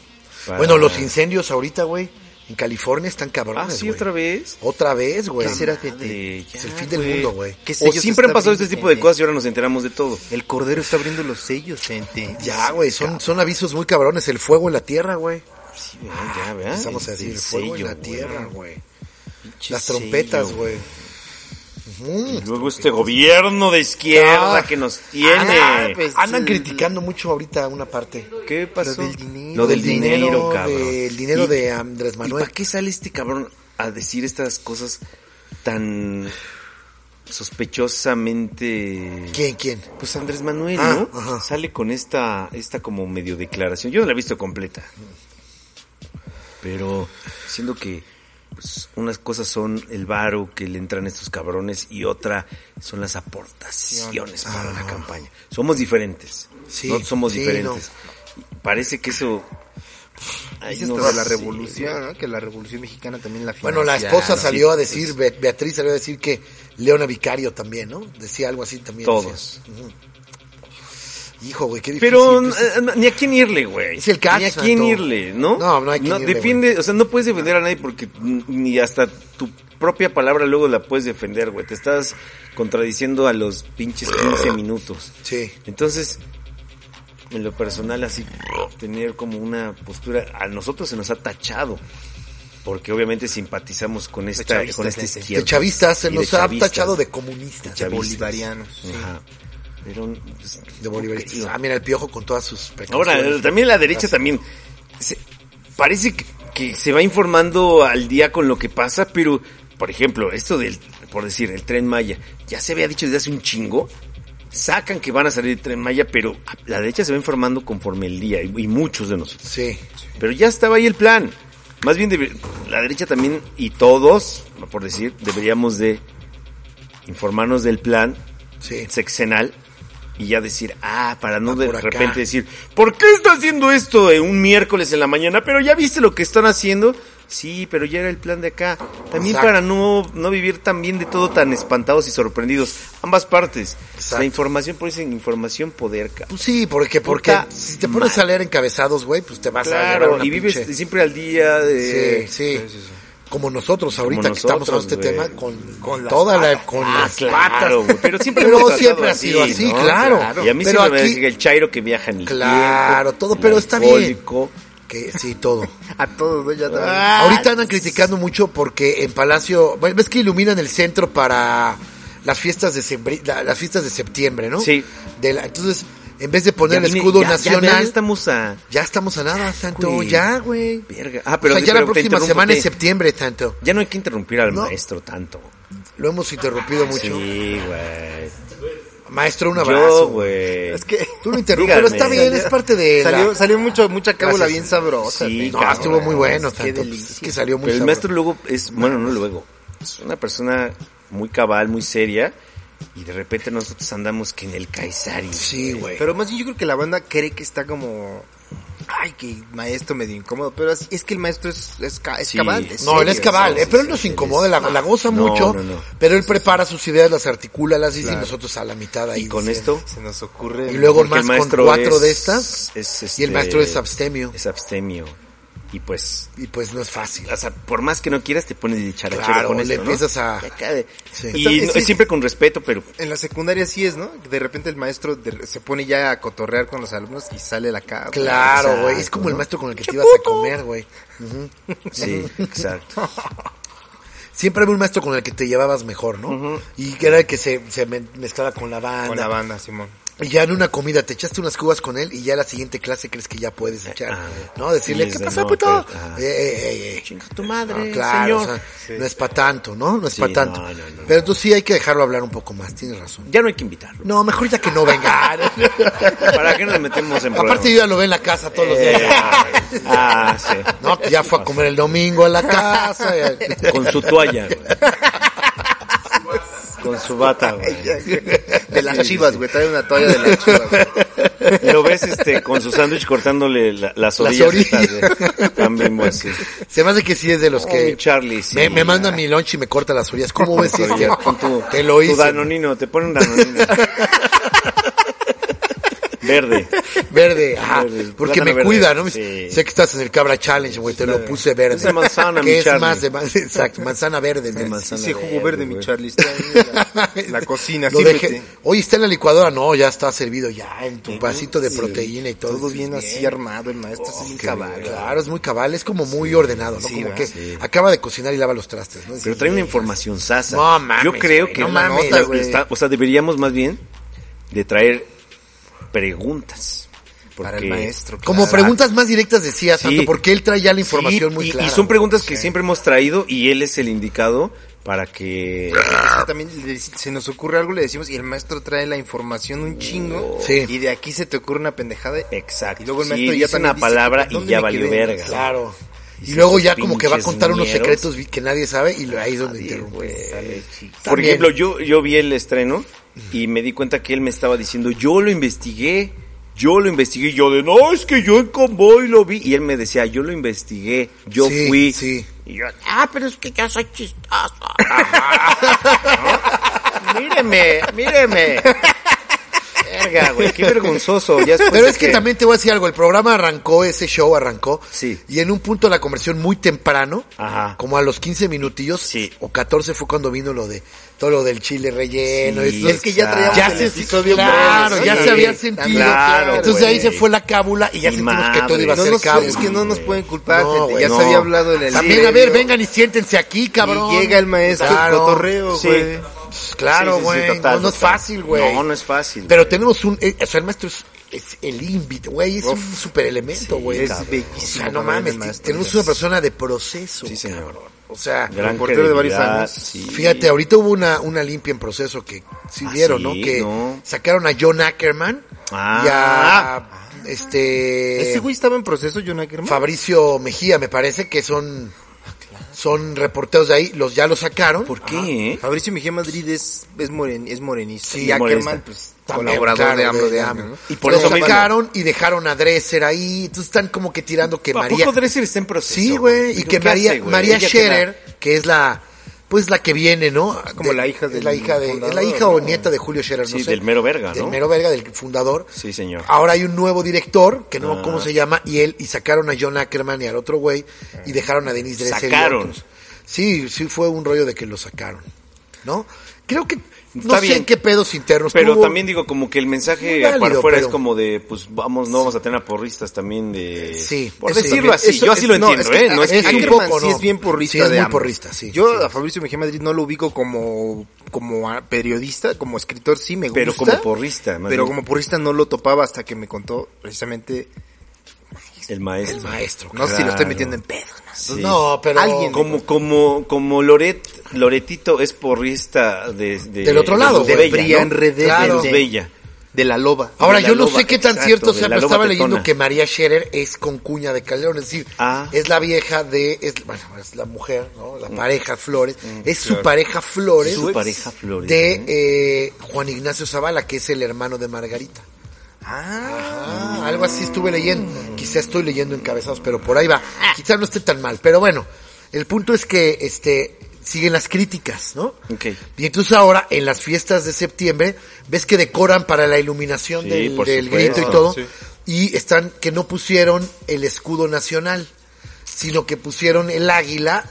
S3: Para-
S4: Bueno, los incendios ahorita, güey, en California están cabrones,
S3: Ah, sí,
S4: güey.
S3: otra vez.
S4: Otra vez, güey.
S2: ¿Qué será de ti?
S3: Madre, ya,
S4: Es el fin del mundo, güey.
S2: ¿Qué
S3: O
S2: sellos
S3: siempre han
S2: está
S3: pasado
S2: abriendo,
S3: este tipo de
S2: gente?
S3: cosas y ahora nos enteramos de todo.
S2: El cordero está abriendo los sellos, gente.
S4: Ya, güey, son, son avisos muy cabrones. El fuego en la tierra, güey.
S3: Sí, ¿verdad? ya, ¿verdad?
S4: Empezamos a
S3: El-
S4: decir,
S3: el
S4: el fuego en
S3: Ah, sello,
S4: la
S3: güey.
S4: tierra, güey.
S3: Pinche
S4: Las trompetas,
S3: sello,
S4: güey.
S3: Y Luego este gobierno de izquierda
S4: Ah.
S3: que nos tiene.
S2: Ah, pues,
S4: Andan
S2: el-
S4: criticando mucho ahorita una parte.
S3: ¿Qué pasó?
S2: del dinero.
S3: Lo del
S2: El
S3: dinero,
S4: dinero
S3: cabrón.
S4: de- el dinero
S3: ¿Y-
S4: de Andrés
S3: ¿Y
S4: Manuel?
S3: para qué sale este cabrón a decir estas cosas tan sospechosamente...
S4: ¿Quién, quién?
S3: Pues Andrés Manuel,
S4: Ah,
S3: ¿no?
S4: ajá.
S3: Sale con esta, esta como medio declaración. Yo no la he visto completa. Pero siendo que pues, unas cosas son el varo que le entran a estos cabrones y otra son las aportaciones para la campaña. Somos diferentes.
S4: Sí,
S3: no somos
S4: sí,
S3: diferentes. Y Parece que eso... Ay,
S2: Dices
S3: no
S2: hasta de la
S3: sé.
S2: revolución, ¿no? Que la revolución mexicana también la
S4: Bueno, la
S2: financiaron.
S4: esposa salió a
S3: pues.
S4: decir, Be- Beatriz salió a decir que Leona Vicario también, ¿no? Decía algo así también.
S3: Todos.
S4: decía. Ujú. Hijo, güey, qué difícil.
S3: Pero
S4: pues,
S3: eh, no, ni a quién irle, güey.
S4: Es el cacho,
S3: Ni a quién
S4: Santo.
S3: irle, ¿no?
S4: No, no hay quien irle,
S3: Defiende, o sea, no puedes defender a nadie porque n- ni hasta tu propia palabra luego la puedes defender, güey. Te estás contradiciendo a los pinches 15 minutos.
S4: Sí.
S3: Entonces, en lo personal, así, tener como una postura, a nosotros se nos ha tachado. Porque obviamente simpatizamos con esta,
S2: chavistas,
S3: con esta
S2: gente. De
S3: izquierda.
S4: De chavistas se
S3: Y de
S4: nos ha
S3: chavistas.
S4: tachado de
S3: De
S4: comunistas.
S3: chavistas.
S2: bolivarianos, sí.
S3: Ajá. Pero, pues,
S4: De bolivarianos.
S3: digo,
S4: Ah, mira, el piojo con todas sus pecados.
S3: Ahora, el- también la derecha también. se- parece que, que se va informando al día con lo que pasa, pero, por ejemplo, esto del, por decir, el tren Maya, ya se había dicho desde hace un chingo. Sacan que van a salir el tren Maya, pero la derecha se va informando conforme el día, y, y muchos de nosotros.
S4: Sí.
S3: Pero ya estaba ahí el plan. Más bien, debe- la derecha también, y todos, por decir, deberíamos de informarnos del plan
S4: Sí.
S3: sexenal y ya decir, ah, para no
S4: Ah,
S3: de
S4: por acá.
S3: repente decir, ¿por qué está haciendo esto en un miércoles en la mañana? Pero ya viste lo que están haciendo. Sí, pero ya era el plan de acá. También
S4: Exacto.
S3: para no, no vivir también de todo tan espantados y sorprendidos. Ambas partes.
S4: Exacto.
S3: La información, por eso información poder. ca-
S4: Pues sí, porque, porque
S3: Puta
S4: si te pones a leer encabezados, güey, pues te vas a llevar
S3: Claro,
S4: una
S3: y vives
S4: pinche-
S3: siempre al día de...
S4: Sí, sí. Como nosotros ahorita que estamos
S3: nosotros,
S4: hablando este
S3: güey.
S4: tema con, toda la con
S3: Ah,
S4: las
S3: claro, güey,
S4: patas.
S3: Pero siempre,
S4: Pero
S3: hemos tratado
S4: siempre ha sido así,
S3: ¿no?
S4: claro.
S3: Y a mí
S4: Pero
S3: siempre me
S4: aquí-
S3: dice que el chairo que viaja en el
S4: Claro,
S3: tiempo,
S4: todo,
S3: el
S4: pero está bien.
S3: alcohólico.
S4: Que sí todo.
S2: A todos, güey, ya también.
S3: Ah,
S4: Ahorita andan criticando mucho porque en Palacio, bueno, ves que iluminan el centro para las fiestas de sembri- la- las fiestas de septiembre, ¿no?
S3: Sí.
S4: De la- entonces, en vez de poner el
S3: Ya,
S4: escudo
S3: ya, ya,
S4: nacional,
S3: Ya,
S4: ya,
S3: estamos a.
S4: estamos a nada, Santo,
S3: Güey.
S4: ya, güey.
S3: Verga. Ah, pero,
S4: o sea,
S3: pero
S4: ya la
S3: te
S4: próxima
S3: interrumpo,
S4: semana
S3: te-
S4: es septiembre, Santo.
S3: Ya no hay que interrumpir al
S4: No.
S3: maestro tanto.
S4: Lo hemos interrumpido mucho.
S3: Ah, Sí, güey.
S4: Maestro, un
S3: Yo,
S4: abrazo.
S3: güey.
S2: Es que
S4: Tú lo interrumpes, pero
S3: Díganme.
S4: está bien, es parte de la-
S2: salió, salió mucho, mucha cábula
S4: Gracias.
S2: bien sabrosa.
S3: Sí,
S2: güey,
S4: No,
S2: cabrón.
S4: estuvo muy bueno,
S2: Qué
S4: Santo. Pues, es
S2: delicia.
S4: que salió muy
S3: Pero el
S4: sabroso.
S3: maestro luego es, bueno, no luego, es una persona muy cabal, muy seria, y de repente nosotros andamos que en el Caesari.
S4: Sí, güey.
S2: Pero más bien yo creo que la banda cree que está como ay, qué maestro medio incómodo, pero es, es que el maestro es, es, ca- es
S3: Sí.
S2: cabal. es
S4: No, él
S2: serio,
S4: es cabal,
S2: sí,
S4: eh,
S2: sí,
S4: pero él
S2: sí,
S4: nos
S2: sí,
S4: incomoda,
S2: es-
S4: la, la goza
S3: No,
S4: mucho,
S3: no, no.
S4: pero él prepara sus ideas, las articula, las dice y
S2: Claro.
S4: nosotros a la mitad ahí.
S3: Y con
S4: dice,
S3: esto.
S2: Se nos ocurre.
S4: Y luego-
S3: porque
S4: más
S3: el
S4: con
S3: maestro
S4: cuatro
S3: es-
S4: de estas,
S3: es,
S4: y
S3: este,
S4: el maestro es abstemio.
S3: Es abstemio. Y pues,
S4: Y pues no es fácil.
S3: o sea, por más que no quieras, te pones de charachero
S4: Claro,
S3: con
S4: le
S3: esto, ¿no?
S4: empiezas a-
S3: Ya cabe.
S4: Sí.
S3: Y
S2: Está-
S3: no-
S2: sí.
S3: es siempre con respeto, pero
S2: En la secundaria sí es, ¿no? De repente el maestro de- se pone ya a cotorrear con los alumnos y sale la cara.
S4: Claro, güey, es
S3: Exacto,
S4: como el
S3: ¿no?
S4: maestro con el que te ibas a comer, güey.
S3: sí, exacto.
S4: Siempre había un maestro con el que te llevabas mejor, ¿no? Y que era el que se, se men- mezclaba con la banda.
S2: Con la banda, Simón.
S4: Y ya en una comida te echaste unas cubas con él y ya la siguiente clase crees que ya puedes echar,
S3: Ah.
S4: ¿no? Decirle,
S3: Sí,
S4: ¿qué
S3: de
S4: pasó,
S3: no,
S4: puto?
S3: pero- ah.
S4: Eh, eh, eh, eh.
S3: Chinga tu madre,
S4: No, claro,
S3: señor.
S4: o sea, no es para tanto, ¿no? No es
S3: Sí,
S4: para tanto.
S3: no, no, no.
S4: Pero tú sí hay que dejarlo hablar un poco más, tienes razón.
S3: Ya no hay que invitarlo.
S4: No, mejor ya que no venga.
S3: ¿Para qué nos metemos en problemas?
S4: Aparte yo ya lo veo en la casa todos los días.
S3: Eh, ah, ah, sí.
S4: No, que ya fue a comer el domingo a la casa.
S3: Con su toalla, güey. Con su bata, güey.
S2: De las chivas, güey. Trae una toalla de las chivas. güey.
S3: Lo ves este, con su sándwich cortándole la- las orillas.
S4: orillas.
S3: estas, güey. También, güey, sí.
S4: Se me hace que sí es de los
S3: Ay,
S4: que...
S3: Charlie, sí.
S4: me, me manda mi lunch y me corta las orillas. ¿Cómo
S3: Pues
S4: ves este?
S3: Con tu,
S4: Te lo hice.
S3: tu danonino, te pone un danonino. Verde.
S4: Verde, ajá,
S3: Verde,
S4: porque me
S3: plátano
S4: cuida,
S3: verde,
S4: ¿no?
S3: sí.
S4: Sé que estás en el Cabra Challenge, güey, te lo puse verde.
S3: Es de manzana, mi
S4: Que es
S3: Charlie.
S4: más de manzana, exacto, manzana verde. ¿no?
S3: manzana
S2: Ese jugo verde, mi
S3: güey.
S2: Charlie. Está ahí en la, la cocina,
S4: Lo
S2: siempre
S4: dejé-
S2: te-
S4: Oye, está en la licuadora, no, ya está servido ya, en tu vasito de proteína y todo.
S2: Todo
S4: Sí,
S2: bien así armado, el maestro es un
S4: qué
S2: cabal.
S4: bien, Claro, es muy cabal, es como muy ordenado, ¿no?
S2: Sí,
S4: como
S2: ¿verdad?
S4: que acaba de cocinar y lava los trastes, ¿no?
S3: Pero trae una información sasa.
S4: No mames,
S3: Yo creo
S4: güey,
S3: que
S4: no
S3: la
S4: mames,
S3: nota
S4: güey.
S3: está- o sea, deberíamos más bien de traer preguntas.
S2: Para el
S3: porque-
S2: maestro.
S4: Como
S2: claro.
S4: preguntas más directas decías,
S3: Sí.
S4: tanto porque él trae ya la información
S3: Sí,
S4: muy
S3: y,
S4: clara.
S3: y son
S4: güey.
S3: preguntas que siempre hemos traído y él es el indicado para que...
S2: O sea, también le dec- se nos ocurre algo, le decimos, y el maestro trae la información un chingo.
S4: Sí.
S2: Y de aquí se te ocurre una pendejada.
S3: Exacto.
S2: Y luego el
S3: Sí,
S2: maestro ya
S3: dice
S2: también
S3: una
S2: dice,
S3: palabra
S2: "¿Dónde
S3: y
S2: me
S3: ya valió
S2: quedé?"
S3: verga.
S4: Claro. Y
S3: Y
S4: luego
S3: esos
S4: ya como que va a
S3: pinches
S4: contar unos
S3: ñeros.
S4: secretos vi- que nadie sabe y lo- ahí es donde
S3: Nadie,
S4: interrumpe.
S3: güey. Por
S4: También.
S3: ejemplo, yo, yo vi el estreno y me di cuenta que él me estaba diciendo, yo lo investigué, yo lo investigué, y yo de, no, es que yo en convoy lo vi. Y él me decía, yo lo investigué, yo
S4: Sí,
S3: fui.
S4: sí.
S3: Y yo, ah, pero es que yo soy chistoso. Ajá. ¿No? Míreme, míreme. Verga, güey, qué vergonzoso. Ya después
S4: Pero
S3: de
S4: es que también te voy a decir algo, el programa arrancó, ese show arrancó,
S3: Sí.
S4: y en un punto de la conversión muy temprano,
S3: Ajá.
S4: como a los 15 minutillos,
S3: Sí.
S4: o 14 fue cuando vino lo de todo lo del chile relleno.
S3: Sí,
S4: esos-
S3: es que ya traíamos
S4: ya
S3: el
S4: se-
S2: episodio
S4: claro,
S2: previo,
S4: ya
S2: sí,
S4: se había
S2: también,
S4: sentido.
S3: claro,
S4: Entonces
S3: güey.
S4: ahí se fue la cábula y ya
S3: Y
S4: sentimos que todo
S3: madre.
S4: iba a
S2: No
S4: ser
S2: nos,
S4: cábula.
S2: es que no nos
S3: güey.
S2: pueden culpar,
S4: No,
S2: gente,
S4: güey,
S2: ya
S3: no.
S2: se había hablado en el
S4: También, a ver,
S2: libro.
S4: vengan y siéntense aquí, cabrón.
S2: Y llega el maestro
S4: Claro. Pues
S2: al cotorreo,
S3: Sí.
S2: güey.
S4: Claro,
S3: Sí, sí, sí,
S4: güey.
S3: total,
S4: no, no es
S3: total.
S4: fácil, güey.
S3: No, no es fácil.
S4: Pero tenemos un... eh, o sea, el maestro es, es el invito, güey. Es un super elemento, güey.
S2: es
S4: cabrón.
S2: bellísimo
S4: O sea, no
S2: cuando viene
S4: mames.
S2: el
S4: te-
S2: maestro.
S4: Tenemos una persona de proceso.
S3: Sí, señor.
S4: O sea,
S3: Gran
S2: Reportero de varios
S3: credibilidad,
S2: años.
S3: sí.
S4: fíjate, ahorita hubo una, una limpia en proceso que sí
S3: Ah,
S4: vieron,
S3: sí,
S4: ¿no? Que
S3: no.
S4: sacaron a John Ackerman
S3: Ah.
S4: y a... Este...
S2: Ese güey estaba en proceso, John Ackerman.
S4: Fabricio Mejía, me parece que son... Son reporteros de ahí, los ya los sacaron.
S3: Ah, ¿Por qué? eh?
S2: Fabricio Mejía Madrid es, es, moren, es morenista.
S4: Sí,
S2: y Ackerman,
S3: morenista.
S2: pues,
S4: También,
S2: colaborador
S4: claro,
S2: de AMLO de AMLO. ¿no?
S4: Y
S3: Y
S4: por
S3: por
S4: lo
S3: eso mismo.
S4: sacaron y dejaron a Dresser ahí. Entonces están como que tirando que
S3: ¿A
S4: María.
S3: poco Dresser está en proceso?
S4: Sí, güey. Y
S3: ¿Pero
S4: que
S3: qué
S4: María,
S3: hace, güey? Ella
S4: María
S3: que la- Ah,
S4: Scherer, que es la, pues la que viene, ¿no? Es
S2: como la hija
S4: Es
S2: del
S4: la hija de, es la
S2: fundador,
S4: hija o
S2: ¿no?
S4: nieta de Julio Scherer, no
S3: Sí,
S4: sé.
S3: del mero verga,
S4: Del
S3: ¿no?
S4: mero verga, del fundador.
S3: Sí, señor.
S4: Ahora hay un nuevo director, que no sé
S3: Ah.
S4: cómo se llama, y él, y sacaron a John Ackerman y al otro güey, y dejaron a Denise Dresser. y
S3: Sacaron.
S4: otros. Sí, sí fue un rollo de que lo sacaron, ¿no? Creo que, no
S3: Está
S4: sé
S3: bien.
S4: qué pedos internos
S3: Pero
S4: tuvo.
S3: también digo, como que el mensaje
S4: Muy válido,
S3: para afuera
S4: pero-
S3: es como de, pues vamos, no vamos a tener a porristas también de...
S4: Sí,
S3: Por
S4: eso
S3: decirlo
S4: también.
S3: así,
S2: Eso
S3: yo así
S2: es-
S3: lo
S2: no,
S3: entiendo,
S2: es que
S3: ¿eh? No es
S4: es
S3: que...
S4: un
S2: Ackerman
S4: poco,
S2: sí
S4: ¿no?
S2: es bien porrista
S4: Sí, es
S2: de
S4: muy
S2: AMLO.
S4: porrista, sí,
S2: Yo
S4: sí.
S2: a Fabricio Mejía Madrid no lo ubico como, como a- periodista, como escritor sí me gusta.
S3: Pero como porrista, más
S2: Pero
S3: bien.
S2: como porrista no lo topaba hasta que me contó precisamente,
S3: El maestro.
S4: El maestro.
S2: no sé si lo estoy
S3: Claro.
S2: metiendo en pedo. ¿no?
S3: Sí.
S4: No, pero
S2: Alguien
S3: Como, como, como Loret, Loretito es porrista de... de-
S4: Del otro
S3: de
S4: lado,
S3: Luz
S4: güey.
S3: Bella,
S2: Brian
S3: ¿no?
S2: Redete.
S3: De Luz
S4: Claro.
S3: Bella.
S2: De la loba.
S4: Ahora,
S3: De la
S4: yo no
S3: loba,
S4: sé qué tan
S3: exacto,
S4: cierto
S3: de
S4: sea,
S3: la
S4: pero
S3: loba
S4: estaba
S3: tetona.
S4: leyendo que María Scherer es con cuña de Calderón, es decir,
S3: Ah. Mm.
S4: es la vieja de, es, bueno, es la mujer, ¿no? La pareja Flores, es su pareja Flores.
S3: Su pareja Flores,
S4: De eh, Juan Ignacio Zavala, que es el hermano de Margarita.
S2: Ah,
S4: Ah, Algo así estuve leyendo. Quizá estoy leyendo encabezados, pero por ahí va.
S3: Ah.
S4: Quizá no esté tan mal, pero bueno. El punto es que este siguen las críticas, ¿no?
S3: Ok.
S4: Y entonces ahora en las fiestas de septiembre ves que decoran para la iluminación
S3: Sí,
S4: del,
S3: por
S4: del
S3: supuesto,
S4: grito y todo
S2: sí.
S4: y están que no pusieron el escudo nacional, sino que pusieron el águila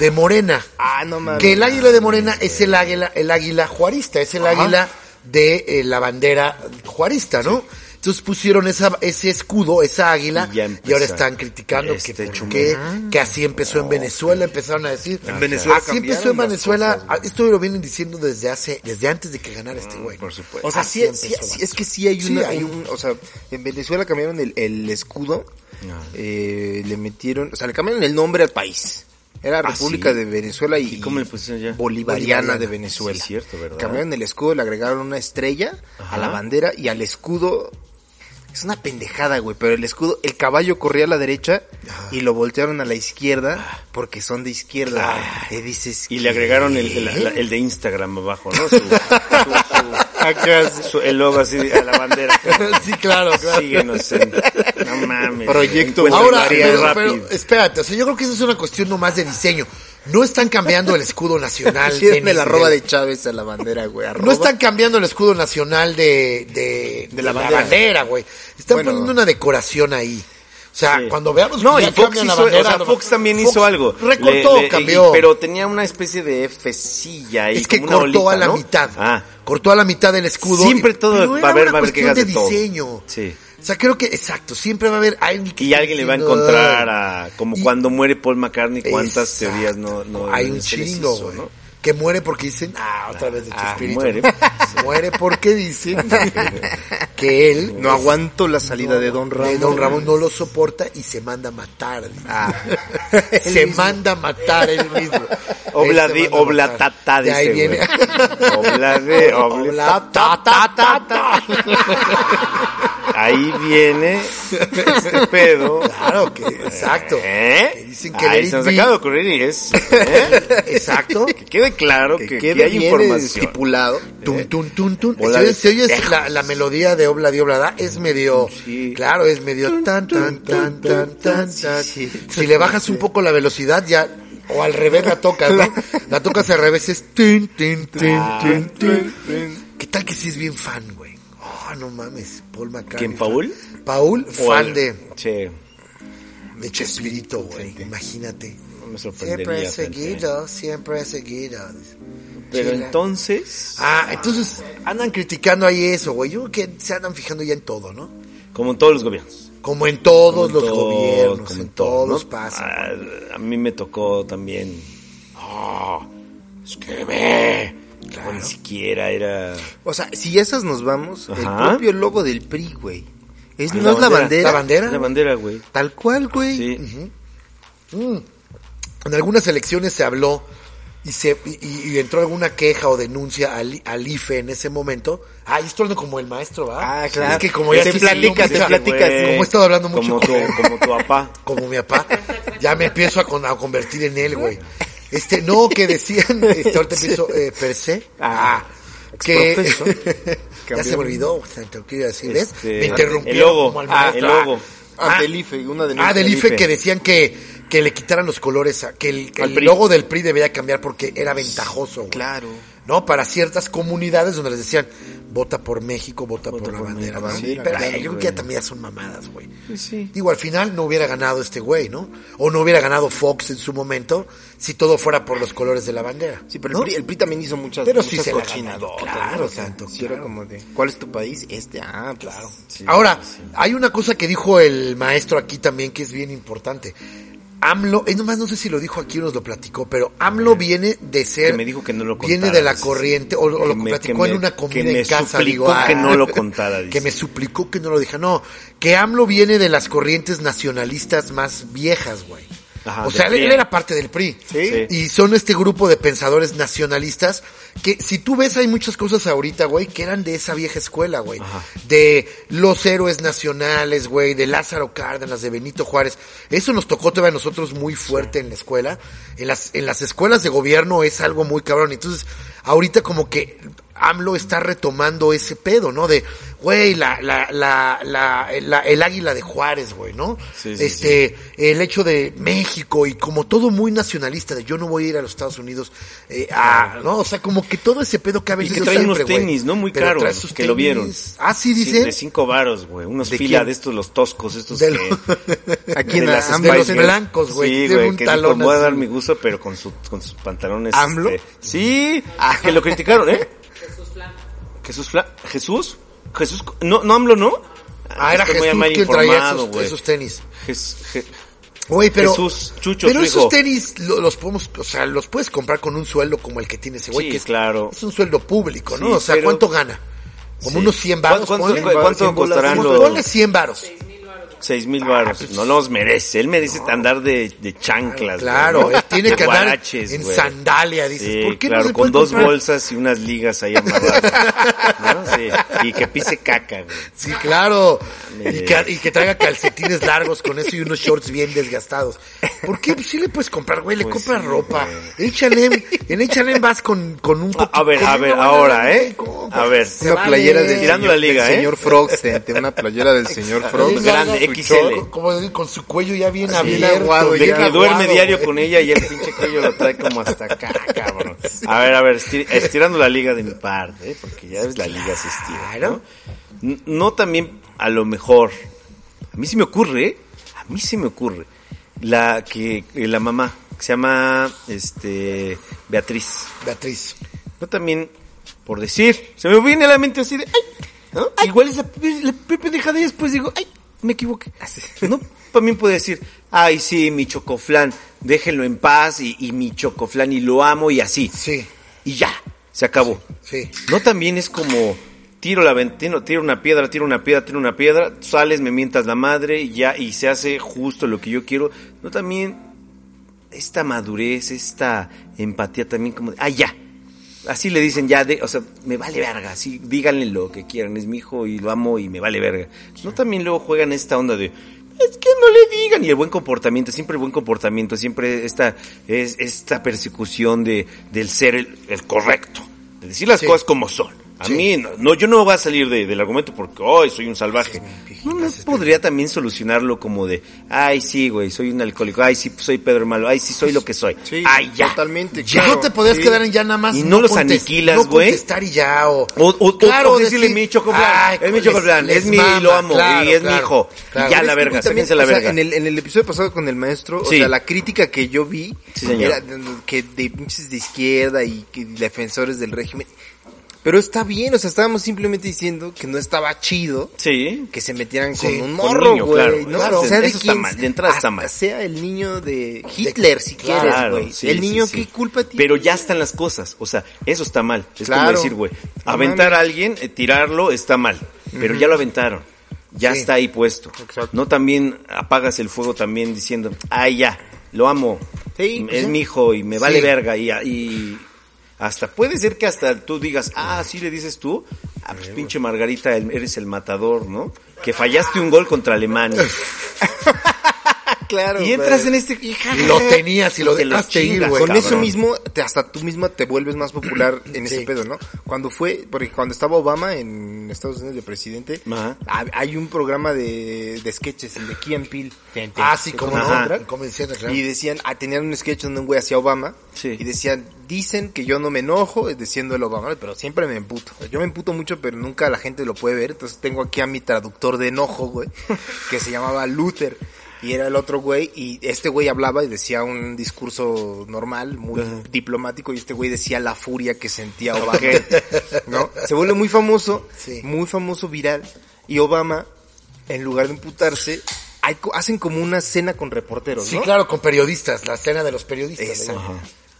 S4: de Morena.
S2: Ah, no mames.
S4: Que el águila de Morena es el águila, el águila juarista, es el águila de eh, la bandera juarista, ¿no? Entonces pusieron esa, ese escudo, esa águila,
S3: Y ya
S4: y, ahora
S3: empezaron.
S4: están criticando
S3: Este
S4: que, por
S3: chumel.
S4: qué, que así empezó en Venezuela, empezaron a decir.
S2: En Venezuela
S4: Así empezó
S2: cambiaron
S4: en
S2: las
S4: Venezuela,
S2: cosas, güey.
S4: ah, esto lo vienen diciendo desde hace, desde antes de que ganara este güey.
S3: por supuesto.
S2: O sea,
S4: Así
S2: sí, sí,
S4: empezó,
S2: sí,
S4: vato.
S2: es que sí hay,
S4: Sí,
S2: una,
S4: hay
S2: hay un- O sea, en Venezuela cambiaron el, el escudo.
S3: Ah.
S2: eh, le metieron. O sea, le cambiaron el nombre al país. Era
S3: Ah,
S2: República
S3: sí.
S2: de Venezuela y,
S3: ¿Y cómo le pusieron ya?
S2: Bolivariana de
S3: Bolivariana.
S2: Venezuela.
S3: Sí, es cierto, ¿verdad?
S2: Cambiaron el escudo, le agregaron una estrella a la
S3: Ajá.
S2: bandera y al escudo. Es una pendejada, güey, pero el escudo, el caballo corría a la derecha y lo voltearon a la izquierda porque son de izquierda. Te dices
S3: Ah. Y le agregaron el, el- la- el de Instagram abajo, ¿no? Su, su- su-
S2: Acá, sí.
S3: su- el logo así a la bandera.
S4: sí, claro, claro.
S3: Síguenos en... No mames.
S2: Proyecto
S3: encuentran
S4: Ahora,
S3: varias
S4: pero,
S3: Pues, rápido.
S4: pero espérate, o sea, yo creo que eso es una cuestión nomás de diseño. No están cambiando el escudo nacional.
S2: Hicieron
S4: de
S2: el arroba
S4: de-
S2: de Chávez a la bandera, güey.
S4: No
S2: arroba.
S4: están cambiando el escudo nacional de, de,
S2: De la
S4: de
S2: bandera.
S4: bandera, güey. Están
S2: Bueno.
S4: poniendo una decoración ahí. O sea,
S3: Sí.
S4: cuando veamos
S3: No,
S4: que
S3: y
S4: ya
S3: Fox,
S4: cambian la
S3: hizo- o
S4: bandera,
S3: sea,
S4: lo-
S3: Fox también
S4: Fox
S3: hizo algo.
S4: Recortó,
S3: Le- le- y-
S4: cambió.
S3: pero tenía una especie de Fcilla y
S4: es que
S3: como una
S4: cortó
S3: bolita,
S4: a la
S3: ¿no?
S4: mitad.
S3: Ah,
S4: Cortó a la mitad del escudo.
S3: Siempre
S4: y-
S3: todo
S4: pero
S3: va
S4: era
S3: a haber-
S4: una
S3: va a haber
S4: cuestión
S3: quejas
S4: de
S3: de todo.
S4: diseño.
S3: Sí.
S4: O sea, creo que, exacto, siempre va a haber alguien que...
S3: y alguien le va a
S4: diciendo,
S3: encontrar a... Como
S4: Y-
S3: cuando muere Paul McCartney, cuántas
S4: Exacto.
S3: teorías no... no
S4: Hay un
S3: se les
S4: chingo,
S3: hizo,
S4: güey.
S3: ¿no?
S4: Que muere porque dicen, ah, otra vez de
S3: ah,
S4: Chespirito.
S3: muere.
S4: muere porque dicen que él
S2: No aguanto la salida de Don Ramón.
S4: de Don Ramón no lo soporta y se manda a matar. dice.
S2: Él
S4: se
S2: mismo.
S4: manda a matar él mismo. Él se
S3: Obladi,
S4: Este manda a
S3: oblatata,
S4: matar. De ahí
S3: dice,
S4: viene.
S3: güey. Obladi,
S4: Obla-
S3: oblatata.
S4: ta, ta, ta, ta.
S3: Ahí viene este pedo.
S4: Claro que, exacto.
S3: ¿Eh?
S4: Que dicen que
S3: Ahí
S4: Let
S3: se nos
S4: it be.
S3: acaba de ocurrir y es... ¿eh?
S4: Exacto.
S3: Que quede claro que,
S2: Que
S3: que
S2: quede
S3: hay
S2: bien
S3: información.
S2: estipulado.
S4: Tun, tun, tun, tun.
S3: Bola
S4: Si
S3: de
S4: oyes, si oyes
S3: espejos.
S4: la, la melodía de Obla di Oblada, es medio.
S3: Sí.
S4: Claro, es medio. Tan, tan, tan, tan, tan, tan.
S2: Sí, sí.
S4: Si le bajas un poco la velocidad, ya. O al revés la tocas, ¿no? La tocas al revés, es. tin, tin, tin, tin, tin. ¿Qué tal que si es bien fan, güey? Oh, no mames. Paul McCartney.
S3: ¿Quién,
S4: fan.
S3: Paul?
S4: Paul, fan de,
S3: Che,
S4: de Chespirito, güey. Imagínate.
S3: no me sorprendería.
S4: Siempre he
S3: fíjate.
S4: seguido, siempre he seguido.
S3: Pero
S4: Chila.
S3: entonces,
S4: Ah, entonces andan criticando ahí eso, güey. Yo creo que se andan fijando ya en todo, ¿no?
S3: como en todos los gobiernos.
S4: Como en todos
S3: Como en
S4: los
S3: todo-
S4: gobiernos,
S3: como
S4: en
S3: todo,
S4: todos
S3: ¿no?
S4: los pasos.
S3: Ah, A, mí me tocó también. Ah, es que ve. que Ni siquiera era.
S2: O sea, si esas nos vamos,
S3: Ajá.
S2: el propio logo del PRI, güey. Es,
S3: Ah,
S2: no es la bandera.
S4: ¿La bandera?
S3: La bandera, güey.
S2: Tal cual, güey.
S3: Sí.
S4: Mm. En algunas elecciones se habló y, se, y, y entró alguna queja o denuncia al, al IFE en ese momento. Ah, y estoy hablando como el maestro, ¿va?
S2: Ah, claro.
S4: Es que como ya
S2: Te
S4: estoy saliendo
S2: platicas,
S4: mucho,
S2: te
S4: güey.
S2: platicas.
S4: Como he estado hablando mucho.
S3: Como tu, como tu papá.
S4: como mi papá, ya me empiezo a, con- a convertir en él, güey. Este, no, que decían, este, ahorita empiezo, eh, per se,
S2: Ah,
S4: que,
S2: exprofeso.
S4: ya se me olvidó, tanto que iba a decir, ¿ves?
S3: Este,
S4: me interrumpieron
S3: el logo,
S4: como al
S3: ah,
S4: maestro.
S3: el logo.
S2: Ah,
S4: Ah.
S2: del IFE, una denuncia.
S4: Ah, del IFE
S3: IFE.
S4: que decían que, que le quitaran los colores, a- que el, que
S3: Al
S4: el
S3: PRI.
S4: logo del PRI debía cambiar porque era ventajoso, güey.
S2: Claro.
S4: ¿No? Para ciertas comunidades donde les decían, vota por México, vota, por, la bandera. ¿no?
S2: bandera,
S4: Pero
S2: claro,
S4: ay, yo creo que ya también ya son mamadas, güey.
S3: Sí.
S4: Digo, al final no hubiera ganado este güey, ¿no? O no hubiera ganado Fox en su momento si todo fuera por los colores de la bandera.
S2: Sí, pero
S4: ¿no?
S2: el, PRI, el PRI también hizo muchas,
S4: Pero sí
S2: muchas
S4: se la
S2: cochinadotas.
S4: ganó, claro,
S2: ¿no? o sea,
S4: tanto,
S2: sí era
S4: claro. Pues
S2: como de, ¿cuál es tu país? Este, ah, claro.
S4: Ahora, hay una cosa que dijo el maestro aquí también que es bien importante. AMLO, es nomás no sé si lo dijo aquí o nos lo platicó, pero AMLO viene de ser.
S3: Que me dijo que no lo
S4: Viene
S3: contara,
S4: de la
S3: dice.
S4: corriente, o, o
S3: Que
S4: lo
S3: me-
S4: platicó
S3: que
S4: en
S3: me-
S4: una
S3: que
S4: comida
S3: me
S4: en casa.
S3: suplicó
S4: digo,
S3: que
S4: ah,
S3: no lo contara, dice.
S4: Que me suplicó que no lo dijera. No, que AMLO viene de las corrientes nacionalistas más viejas, güey.
S3: Ajá,
S4: o
S3: del
S4: sea, él,
S3: PRI.
S4: él era parte del PRI.
S3: Sí.
S4: Y son este grupo de pensadores nacionalistas que, si tú ves, hay muchas cosas ahorita, güey, que eran de esa vieja escuela, güey. De los héroes nacionales, güey, de Lázaro Cárdenas, de Benito Juárez. Eso nos tocó todavía a nosotros muy fuerte en la escuela. En las, en las escuelas de gobierno es algo muy cabrón. Entonces, ahorita como que AMLO está retomando ese pedo, ¿no? De, Güey, la, la, la, la, la- el águila de Juárez, güey, ¿no?
S3: Sí, sí,
S4: este, el hecho de México y como todo muy nacionalista, de yo no voy a ir a los Estados Unidos, eh, a- ¿no? O sea, como que todo ese pedo que a
S3: Y
S4: veces
S3: que
S4: yo
S3: traen unos
S4: Pues siempre, güey,
S3: tenis, ¿no? Muy
S4: pero
S3: caros,
S4: trae sus
S3: que lo vieron.
S4: tenis. Ah, sí,
S3: Sí,
S4: dice.
S3: de cinco varos, güey. Unos
S4: ¿De
S3: fila
S4: quién?
S3: de estos, los toscos, estos
S4: De
S3: que...
S2: Aquí en
S3: de las Spice
S2: AMLO,
S4: de los
S3: Girls.
S4: blancos, güey,
S3: Sí,
S4: tiene
S3: güey,
S4: un
S3: que
S4: talón
S3: dijo, voy a
S4: así".
S3: dar mi gusto, pero con, su, con sus pantalones...
S2: ¿AMLO?
S3: este, Sí,
S4: Ah.
S3: que lo criticaron, ¿eh? Jesús Flan. Jesús Flan. ¿Jesús? ¿Jesús? No, no AMLO, ¿no?
S4: Ah, era
S3: Estoy muy
S4: Jesús
S3: mal
S4: quien traía
S3: informado,
S4: esos,
S3: güey.
S4: esos tenis.
S3: Jes- Je-
S4: Güey, pero,
S3: Jesús, Chucho,
S4: pero
S3: su
S4: esos
S3: hijo.
S4: tenis lo- los podemos, o sea, los puedes comprar con un sueldo como el que tiene ese güey,
S3: Sí,
S4: que es,
S3: claro.
S4: es un sueldo público, ¿no?
S3: Sí,
S4: o sea,
S3: pero-
S4: ¿cuánto gana? Como
S3: Sí.
S4: unos 100 baros.
S3: ¿Cuánto-
S4: ponle.
S3: cuánto- cuánto
S4: Ponle
S3: costarán
S4: 100
S3: los-
S4: Ponle 100 baros.
S3: Seis mil varos. no los merece. Él merece andar de, de chanclas.
S4: Claro,
S3: güey, ¿no?
S4: él tiene
S3: De
S4: que andar
S3: guaraches,
S4: en
S3: güey.
S4: sandalia, dices.
S3: Sí,
S4: ¿Por qué
S3: claro,
S4: no se
S3: con
S4: puede
S3: dos
S4: comprar?
S3: bolsas y unas ligas ahí amarradas. ¿no? Sí, Y que pise caca, güey.
S4: Sí, claro.
S3: Mames.
S4: Y que, y que traiga calcetines largos con eso y unos shorts bien desgastados. ¿Por qué? Pues sí le puedes comprar, güey, le
S3: Pues
S4: compras
S3: sí,
S4: ropa. H&M, en H&M vas con, con un
S3: A, a ver, a ver, ahora, ¿eh? A ver.
S2: Una playera del,
S3: Tirando
S2: señor-
S3: la liga,
S2: del
S3: ¿eh?
S2: señor Frogsten. Tiene una playera del señor
S3: Frog
S4: Frog
S2: Frogsten.
S3: grande, XL.
S4: Como, decir, con su cuello ya bien
S2: bien
S4: abierto.
S2: aguado,
S3: De
S2: Oye,
S3: que
S2: aguado,
S3: duerme diario
S4: güey.
S3: con ella y el pinche cuello lo trae como hasta acá, cabrón. A ver, a ver, estir- estirando la liga de mi parte, ¿eh? porque ya ves, la liga se estira. ¿no? N- No también, a lo mejor, a mí se me ocurre, ¿eh? a mí se me ocurre, la que eh, la mamá, que se llama este Beatriz,
S4: Beatriz.
S3: no también, por decir, se me viene a la mente así de, ay, ¿no? Igual es la, pe- la pe- pendejada y después digo, ay, me equivoqué. No, también puede decir, ay, sí, mi chocoflán, déjenlo en paz y, y mi chocoflán y lo amo y así.
S4: Sí,
S3: Y ya, se acabó.
S4: sí.
S3: No también es como, tiro la ven- tiro, tiro una piedra, tiro una piedra, tiro una piedra, sales, me mientas la madre y ya, y se hace justo lo que yo quiero. No también esta madurez, esta empatía también como, de, ah, ya. Así le dicen ya, de, o sea, me vale verga, así díganle lo que quieran, es mi hijo y lo amo y me vale verga. No también luego juegan esta onda de, es que no le digan, y el buen comportamiento, siempre el buen comportamiento, siempre esta, es, esta persecución de, del ser el, el correcto, de decir las
S4: Sí.
S3: cosas como son. A
S4: Sí.
S3: mí, no, no, yo no voy a salir de- del argumento porque hoy soy un salvaje. No, no
S4: este
S3: podría también solucionarlo como de, ay, sí, güey, soy un alcohólico, ay, sí, soy Pedro el Malo, ay, sí,
S4: Pues,
S3: soy lo que soy.
S2: Sí,
S3: ay, ya.
S2: totalmente.
S4: Ya
S2: claro,
S4: no te podías
S2: sí.
S4: quedar en ya nada más.
S3: Y no los
S4: contest-
S3: aniquilas,
S4: no
S3: güey.
S4: contestar y ya, o...
S3: O, o- o-
S4: Claro,
S3: o decirle
S4: decir,
S3: mi chocoflan,
S4: "Ay,
S3: es mi
S4: les-
S3: chocoflan,
S4: les
S3: es mi
S4: mama",
S3: lo amo
S4: claro,
S3: y es mi
S4: claro,
S3: hijo.
S4: claro.
S3: Ya
S2: Pero
S3: la
S2: es que
S3: verga,
S2: también,
S3: sáquense la
S2: o sea,
S3: verga.
S2: en, el, en el episodio pasado con el maestro,
S3: Sí.
S2: o sea, la crítica que yo vi
S3: Sí, señor.
S2: era de- que de pinches de izquierda y que defensores del régimen. Pero está bien, o sea, estábamos simplemente diciendo que no estaba chido
S3: Sí.
S2: que se metieran
S4: Sí,
S2: con un
S3: con un
S2: morro,
S3: niño,
S2: güey.
S3: claro,
S2: ¿no?
S3: claro.
S2: O sea,
S3: Eso
S2: de
S3: está
S2: quién-
S3: mal, de entrada está
S2: hasta
S3: mal.
S2: sea el niño de Hitler, si quieres, güey.
S3: sí,
S2: el
S3: sí,
S2: niño,
S3: sí.
S2: ¿qué culpa tiene?
S3: Pero ya están las cosas, o sea, eso está mal. Es como
S2: Claro.
S3: decir, güey,
S2: No
S3: aventar
S2: mames.
S3: a alguien, eh, tirarlo, está mal. Pero ya lo aventaron, ya
S4: Sí.
S3: está ahí puesto.
S2: Exacto.
S3: No también apagas el fuego también diciendo, ay, ya, lo amo,
S2: Sí, pues
S3: es
S2: ya.
S3: mi hijo y me vale
S4: Sí.
S3: verga y... y hasta puede ser que hasta tú digas, ah, sí le dices tú, ah,
S2: Eh,
S3: pues pinche Margarita, el- eres el matador, ¿no? Que fallaste un gol contra Alemania.
S2: claro,
S3: y entras
S2: güey.
S3: en este... hija,
S4: Lo tenías y lo
S3: te los
S4: dejaste ir,
S3: chingas,
S4: güey.
S2: Con eso
S3: cabrón.
S2: mismo, te- hasta tú misma te vuelves más popular en ese
S4: Sí.
S2: pedo, ¿no? Cuando fue, porque cuando estaba Obama en Estados Unidos de presidente,
S3: Ajá.
S2: ha- hay un programa de, de sketches, el de Key and Peele.
S4: Ah, sí, como
S3: Ajá.
S4: no, convenciendo, claro.
S2: Y decían, ah, tenían un sketch donde un güey hacía Obama.
S3: Sí.
S2: Y decían, dicen que yo no me enojo eh, diciendo el Obama, pero siempre me emputo. Yo me emputo mucho, pero nunca la gente lo puede ver. Entonces tengo aquí a mi traductor de enojo, güey, que se llamaba Luther. Y era el otro güey, y este güey hablaba y decía un discurso normal, muy diplomático, y este güey decía la furia que sentía Obama. ¿No? Se vuelve muy famoso,
S4: Sí.
S2: muy famoso viral. Y Obama, en lugar de imputarse, hay co- hacen como una cena con reporteros,
S4: Sí,
S2: ¿no?
S4: claro, con periodistas, la escena de los periodistas.
S2: Esa.
S4: ahí.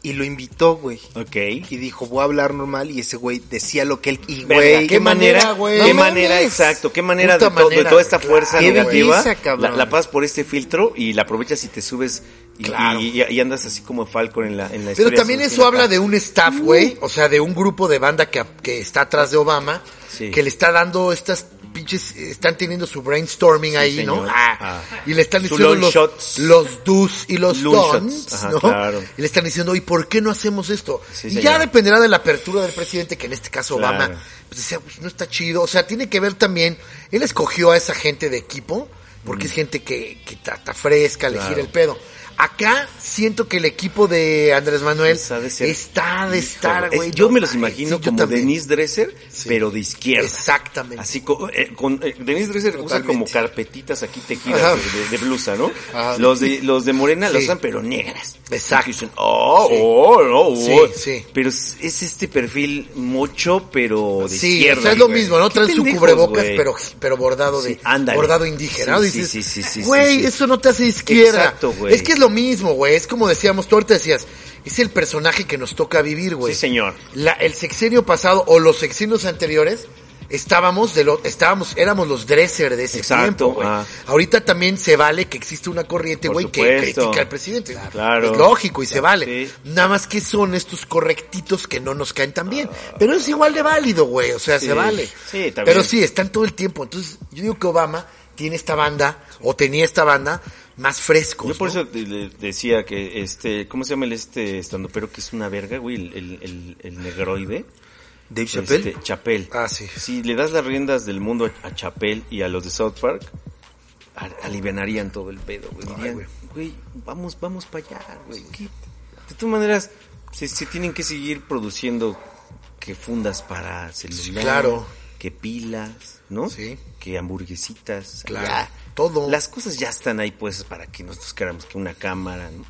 S2: Y lo invitó, güey.
S3: Ok.
S2: Y dijo, voy a hablar normal. Y ese güey decía lo que él. Y,
S3: Verga,
S2: güey.
S3: qué manera,
S4: manera, güey.
S3: qué
S4: No
S3: manera,
S4: mames.
S3: exacto, qué manera de,
S4: Puta
S3: todo- de
S4: manera,
S3: toda esta
S4: claro,
S3: fuerza
S2: qué
S3: negativa,
S2: belleza,
S3: la,
S2: cabrón.
S3: la pasas por este filtro y la aprovechas y te subes y,
S4: Claro.
S3: y- y andas así como Falcon en la, en la
S4: Pero
S3: historia
S4: también
S3: sin- sin
S4: eso habla
S3: acá.
S4: de un staff, güey, o sea, de un grupo de banda que, que está atrás de Obama,
S3: Sí.
S4: que le está dando estas pinches están teniendo su brainstorming ahí, ¿no?
S3: señor.
S4: Ah,
S3: Ah.
S4: Y le están
S3: Su
S4: diciendo
S3: long
S4: los,
S3: shots.
S4: los do's y los
S3: Long shots.
S4: don'ts,
S3: Ajá,
S4: ¿no?
S3: claro.
S4: Y le están diciendo, ¿y por qué no hacemos esto?
S3: Sí,
S4: y
S3: señor.
S4: ya dependerá de la apertura del presidente, que en este caso Obama,
S3: Claro.
S4: pues decía, pues, no está chido. O sea, tiene que ver también, él escogió a esa gente de equipo, porque es gente que, que trata fresca, le
S3: Claro.
S4: gira el pedo. Acá siento que el equipo de Andrés Manuel
S3: Está Pues de ser-
S4: está de estar,
S3: Híjole, es-
S4: güey.
S3: Yo
S4: no
S3: me los
S4: mames,
S3: imagino
S4: sí, yo
S3: como
S4: también.
S3: Denise Dresser, pero de izquierda.
S4: Exactamente.
S3: Así co- eh, con, eh, Denise Dresser usa
S2: Totalmente.
S3: como carpetitas aquí
S4: Ajá.
S3: tejidas de, de- de blusa, ¿no?
S2: Ajá.
S3: Los de los de Morena las
S4: Sí.
S3: usan pero negras.
S4: Exacto.
S3: Y Dicen, oh, oh, oh, oh.
S4: Sí, sí.
S3: Pero es, es este perfil mocho, pero de
S4: Sí,
S3: izquierda.
S4: o sea, es lo
S3: güey.
S4: mismo, ¿no?
S3: Qué
S4: Traen su
S3: pendejos,
S4: cubrebocas,
S3: güey.
S4: pero, pero bordado de
S3: Sí, ándale.
S4: bordado indígena. ¿no?
S3: Sí, sí,
S4: Dices,
S3: sí, sí, sí,
S4: güey,
S3: sí, sí.
S4: eso no te hace izquierda.
S3: Exacto, güey.
S4: Es que es lo mismo, güey. Es como decíamos, tú ahorita decías, es el personaje que nos toca vivir, güey.
S3: Sí, señor.
S4: La- el sexenio pasado o los sexenios anteriores estábamos de lo, estábamos, éramos los dresser de ese
S3: Exacto,
S4: tiempo, güey.
S3: ah.
S4: Ahorita también se vale que existe una corriente,
S3: Por
S4: güey, que
S3: supuesto.
S4: critica al presidente.
S3: Claro.
S4: Es lógico y se
S3: Claro,
S4: vale.
S3: sí.
S4: Nada más que son estos correctitos que no nos caen tan bien. Pero es igual de válido, güey. O sea,
S3: Sí,
S4: se vale.
S3: sí, también.
S4: Pero sí, están todo el tiempo. Entonces, yo digo que Obama tiene esta banda, o tenía esta banda, más frescos.
S3: Yo por
S4: ¿no?
S3: eso te- le- decía que este, ¿cómo se llama el este estando pero que es una verga, güey? El, el, el, el negroide.
S2: Dave
S3: Este, Chappelle.
S4: Ah, sí.
S3: Si le das las riendas del mundo a Chapel y a los de South Park, a- alivianarían todo el pedo, güey. Dirían,
S4: güey.
S3: güey, vamos, vamos para allá, güey. ¿Qué? De todas maneras, se, se tienen que seguir produciendo que fundas para celular.
S4: Sí, claro.
S3: Que pilas, ¿no?
S4: Sí.
S3: Que hamburguesitas.
S4: Claro,
S3: allá.
S4: todo.
S3: Las cosas ya están ahí puestas para que nosotros queramos que una cámara, ¿no?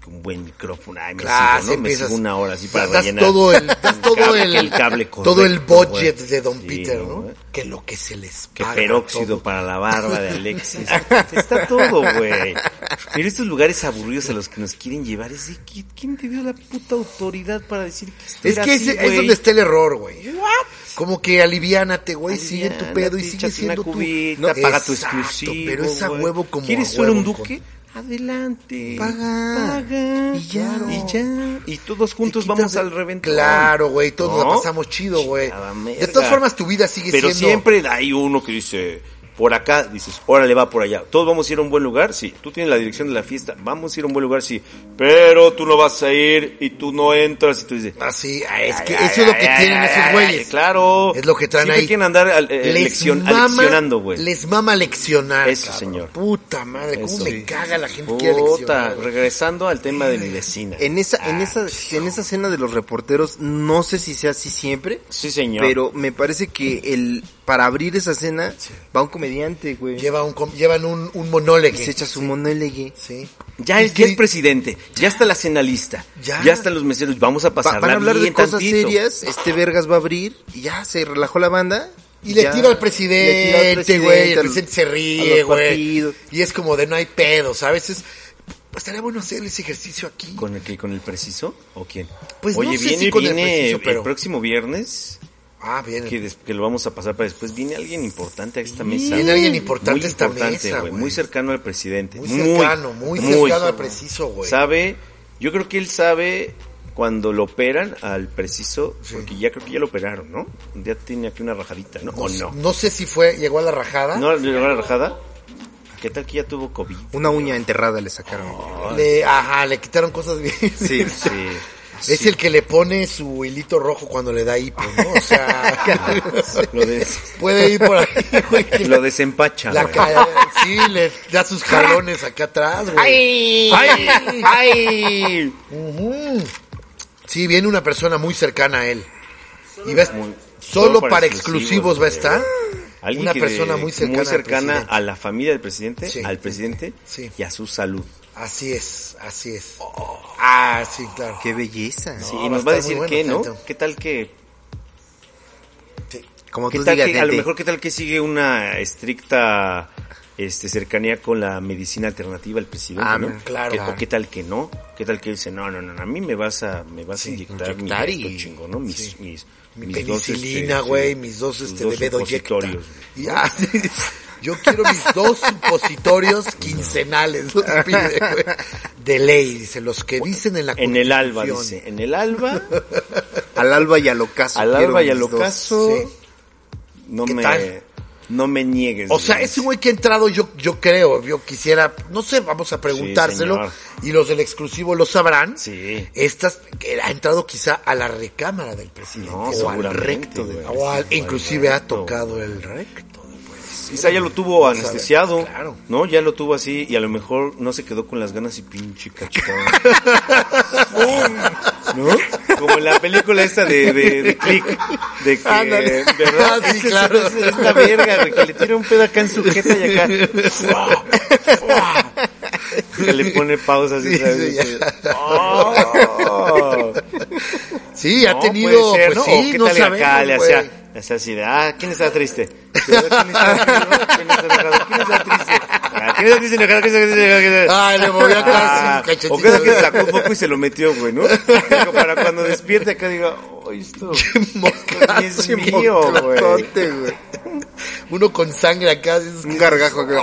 S3: que un buen micrófono. Ay, me
S4: Claro,
S3: sigo, ¿no? Me
S4: empiezas-
S3: sigo una hora así para
S4: das
S3: rellenar.
S4: todo el, das todo el,
S3: el cable
S4: todo el
S3: correcto, güey.
S4: budget de Don
S3: Sí,
S4: Peter,
S3: ¿no,
S4: ¿no?
S3: güey?
S4: Que lo que se les
S3: Que
S4: paga
S3: peróxido
S4: Ah, todo.
S3: para la barba de Alexis. Está todo, güey. Pero estos lugares aburridos a los que nos quieren llevar, es de, ¿qui- ¿quién te dio la puta autoridad para decir que esto
S4: Es
S3: era
S4: que
S3: así,
S4: ese- es
S3: güey?
S4: donde está el error, güey. Como que aliviánate, güey, sigue en tu
S3: Aliviánate,
S4: pedo y sigue
S3: échate
S4: siendo
S3: una
S4: tú.
S3: cubita,
S4: No,
S3: paga tu
S4: exacto,
S3: exclusivo.
S4: Pero es a
S3: güey.
S4: huevo como
S3: ¿Quieres
S4: a
S3: ser un
S4: huevo,
S3: duque? Adelante.
S4: Paga.
S3: Paga.
S4: Y ya.
S3: Y ya. Y todos juntos
S4: Te
S3: vamos
S4: quitas-
S3: al reventón.
S4: Claro, güey, todos
S3: ¿No?
S4: la pasamos chido, güey.
S3: Chingada
S4: De
S3: merga.
S4: todas formas, tu vida sigue
S3: Pero
S4: siendo...
S3: siempre hay uno que dice, por acá, dices, órale, va por allá. Todos vamos a ir a un buen lugar, sí. Tú tienes la dirección de la fiesta, vamos a ir a un buen lugar, sí. Pero tú no vas a ir y tú no entras y tú dices...
S4: Así, ah, es que
S3: "Ay,
S4: eso es lo
S3: ay,
S4: que
S3: ay,
S4: tienen
S3: ay,
S4: esos
S3: ay,
S4: güeyes.
S3: Claro.
S4: Es lo que traen
S3: Siempre
S4: ahí.
S3: quieren andar al- eh,
S4: les
S3: leccion-
S4: mama,
S3: leccionando, güey.
S4: Les mama leccionar.
S3: Eso, señor.
S4: Puta madre, cómo
S3: Eso.
S4: me caga la gente que quiere
S3: Puta,
S4: leccionar. güey.
S3: regresando al tema de mi vecina.
S2: En esa, en
S3: Ah,
S2: esa, en esa escena de los reporteros, no sé si sea así siempre.
S3: Sí, señor.
S2: Pero me parece que el, para abrir esa escena, va un comediante, güey.
S4: Lleva un, com- llevan un, un monólogo.
S2: y se echa su monólogo.
S4: Sí.
S3: Ya
S4: Y
S3: es, ya
S4: que-
S3: es presidente, ya está la cena lista, ya,
S4: Ya.
S3: están los meseros, vamos a
S2: Va-
S3: pasar
S2: van a hablar de cosas
S3: tantito.
S2: serias, este Vergas va a abrir, y ya se relajó la banda.
S4: Y le
S2: ya.
S4: tira al
S2: Le tira al
S4: presidente,
S2: presidente,
S4: güey. El
S2: al-
S4: presidente se
S2: a
S4: ríe,
S2: los
S4: güey.
S2: partidos.
S4: Y es como de no hay pedo, ¿sabes? Es, pues, estaría bueno hacer ese ejercicio aquí.
S3: ¿Con el, que- ¿Con el preciso o quién?
S4: Pues no
S3: Oye,
S4: sé
S3: viene,
S4: si con el
S3: viene
S4: preciso, pero-
S3: próximo viernes,
S4: Ah, bien.
S3: que, des- que lo vamos a pasar para después, viene alguien importante a esta mesa.
S4: Viene alguien importante
S3: Muy
S4: a esta
S3: importante,
S4: mesa,
S3: güey,
S4: güey.
S3: Muy cercano al presidente.
S4: Muy cercano, muy cercano al preciso, güey.
S3: Sabe, yo creo que él sabe cuando lo operan al preciso, porque ya creo que ya lo operaron, ¿no? Ya tiene aquí una rajadita, ¿no?
S4: No,
S3: ¿O no?
S4: no sé si fue, llegó a la rajada.
S3: ¿No le llegó la rajada? ¿Qué tal que ya tuvo COVID?
S2: Una uña enterrada le sacaron.
S4: Le, ajá, le quitaron cosas bien.
S3: Sí.
S2: Sí.
S4: Es el que le pone su hilito rojo cuando le da hipo, ¿no? O sea,
S3: Lo, de-
S4: puede ir por ahí, güey. que
S3: lo desempacha.
S4: la
S3: güey.
S4: ca- sí, le da sus jalones acá atrás,
S3: ¡Ay!
S4: güey.
S3: ¡Ay! ¡Ay!
S4: Ujú. Sí, viene una persona muy cercana a él. Y ves,
S3: Muy-
S4: solo para, exclusivos, va a
S3: güey.
S4: estar.
S3: Alguien
S4: Una
S3: que
S4: persona muy cercana al presidente.
S3: a la familia del presidente,
S4: Sí.
S3: al presidente
S4: Sí.
S3: y a Oh. su salud.
S4: Así es, así es. Ah, sí, claro.
S2: Qué belleza.
S3: Sí,
S4: No,
S3: y
S4: va
S3: nos
S4: a
S3: va a
S4: estar
S3: decir
S4: muy
S3: qué,
S4: bueno,
S3: ¿no?
S4: Fento.
S3: ¿Qué tal que,
S4: Sí.
S2: Como
S3: qué
S2: tú
S3: tal
S2: digas,
S3: que a lo
S2: Dante.
S3: mejor qué tal que sigue una estricta este cercanía con la medicina alternativa al presidente,
S2: Ah,
S3: ¿no?
S4: claro.
S3: ¿Qué- o qué tal que no? ¿Qué tal que dice, "No, no, no, no, a mí me vas a me vas a inyectar, mi
S2: inyectar y-
S3: esto chingón, ¿no? Mis mis
S4: Mi
S3: mis dos,
S4: penicilina,
S3: este,
S4: güey,
S3: sí,
S4: mis dos
S3: tus
S4: este de Bedoyecta.
S3: supositorios,
S4: Y así, yo quiero mis dos supositorios quincenales, los pide, güey. De ley, dice, los que dicen en la
S3: En el alba
S4: Constitución.
S3: dice, en el alba
S2: Al alba y al ocaso.
S3: Al
S2: quiero
S3: alba y al
S2: mis dos.
S3: ocaso.
S4: Sí.
S3: No
S4: ¿Qué
S3: me.
S4: tal?
S3: No me niegues.
S4: O sea,
S3: güey.
S4: ese güey que ha entrado, yo, yo creo, yo quisiera, no sé, vamos a preguntárselo
S3: señor.
S4: y los del exclusivo lo sabrán.
S3: Sí.
S4: Estas, que ha entrado quizá a la recámara del presidente
S3: No,
S4: o al
S3: seguramente,
S4: recto, del-
S3: güey.
S4: o al-
S3: Sí,
S4: inclusive
S3: al
S4: ha
S3: recto.
S4: tocado el recto.
S3: Quizá ya lo tuvo anestesiado,
S4: claro.
S3: ¿no? Ya lo tuvo así y a lo mejor no se quedó con las ganas y pinche cachetada. ¿No? Como en la película esta de, de, de Click, de que,
S4: Ándale.
S3: ¿verdad?
S4: Ah, sí, claro.
S3: Es, es esta verga, güey, que le tira un pedo acá en su jeta y acá, ¡fua! ¡fua! que le pone pausa así,
S4: Sí,
S3: ¿sabes?
S4: sí, ya.
S3: ¡Oh!
S4: Sí, ha
S3: No,
S4: tenido,
S3: puede ser,
S4: pues sí,
S3: ¿O qué
S4: no
S3: tal y acá
S4: sabemos,
S3: le
S4: güey.
S3: hacía, le hacía así de, ah, ¿quién está triste? "Ah, ¿Quién está enojado? ¿Quién está enojado? ¿Quién está triste? Ah, ¿Quién está triste? enojado? ¿Quién está triste? enojado? ¿Quién está-
S4: Ay, le movió
S3: Ah,
S4: acá sí,
S3: o
S4: un
S3: qué tal que
S4: cachetito.
S3: sacó un poco y se lo metió, güey, ¿no? Digo, para cuando despierte acá diga, oh, esto, esto ni es
S4: mocazo,
S3: mío, güey.
S2: Tonte, güey.
S4: Uno con sangre acá. dices
S2: Un
S4: que-
S2: gargajo, güey.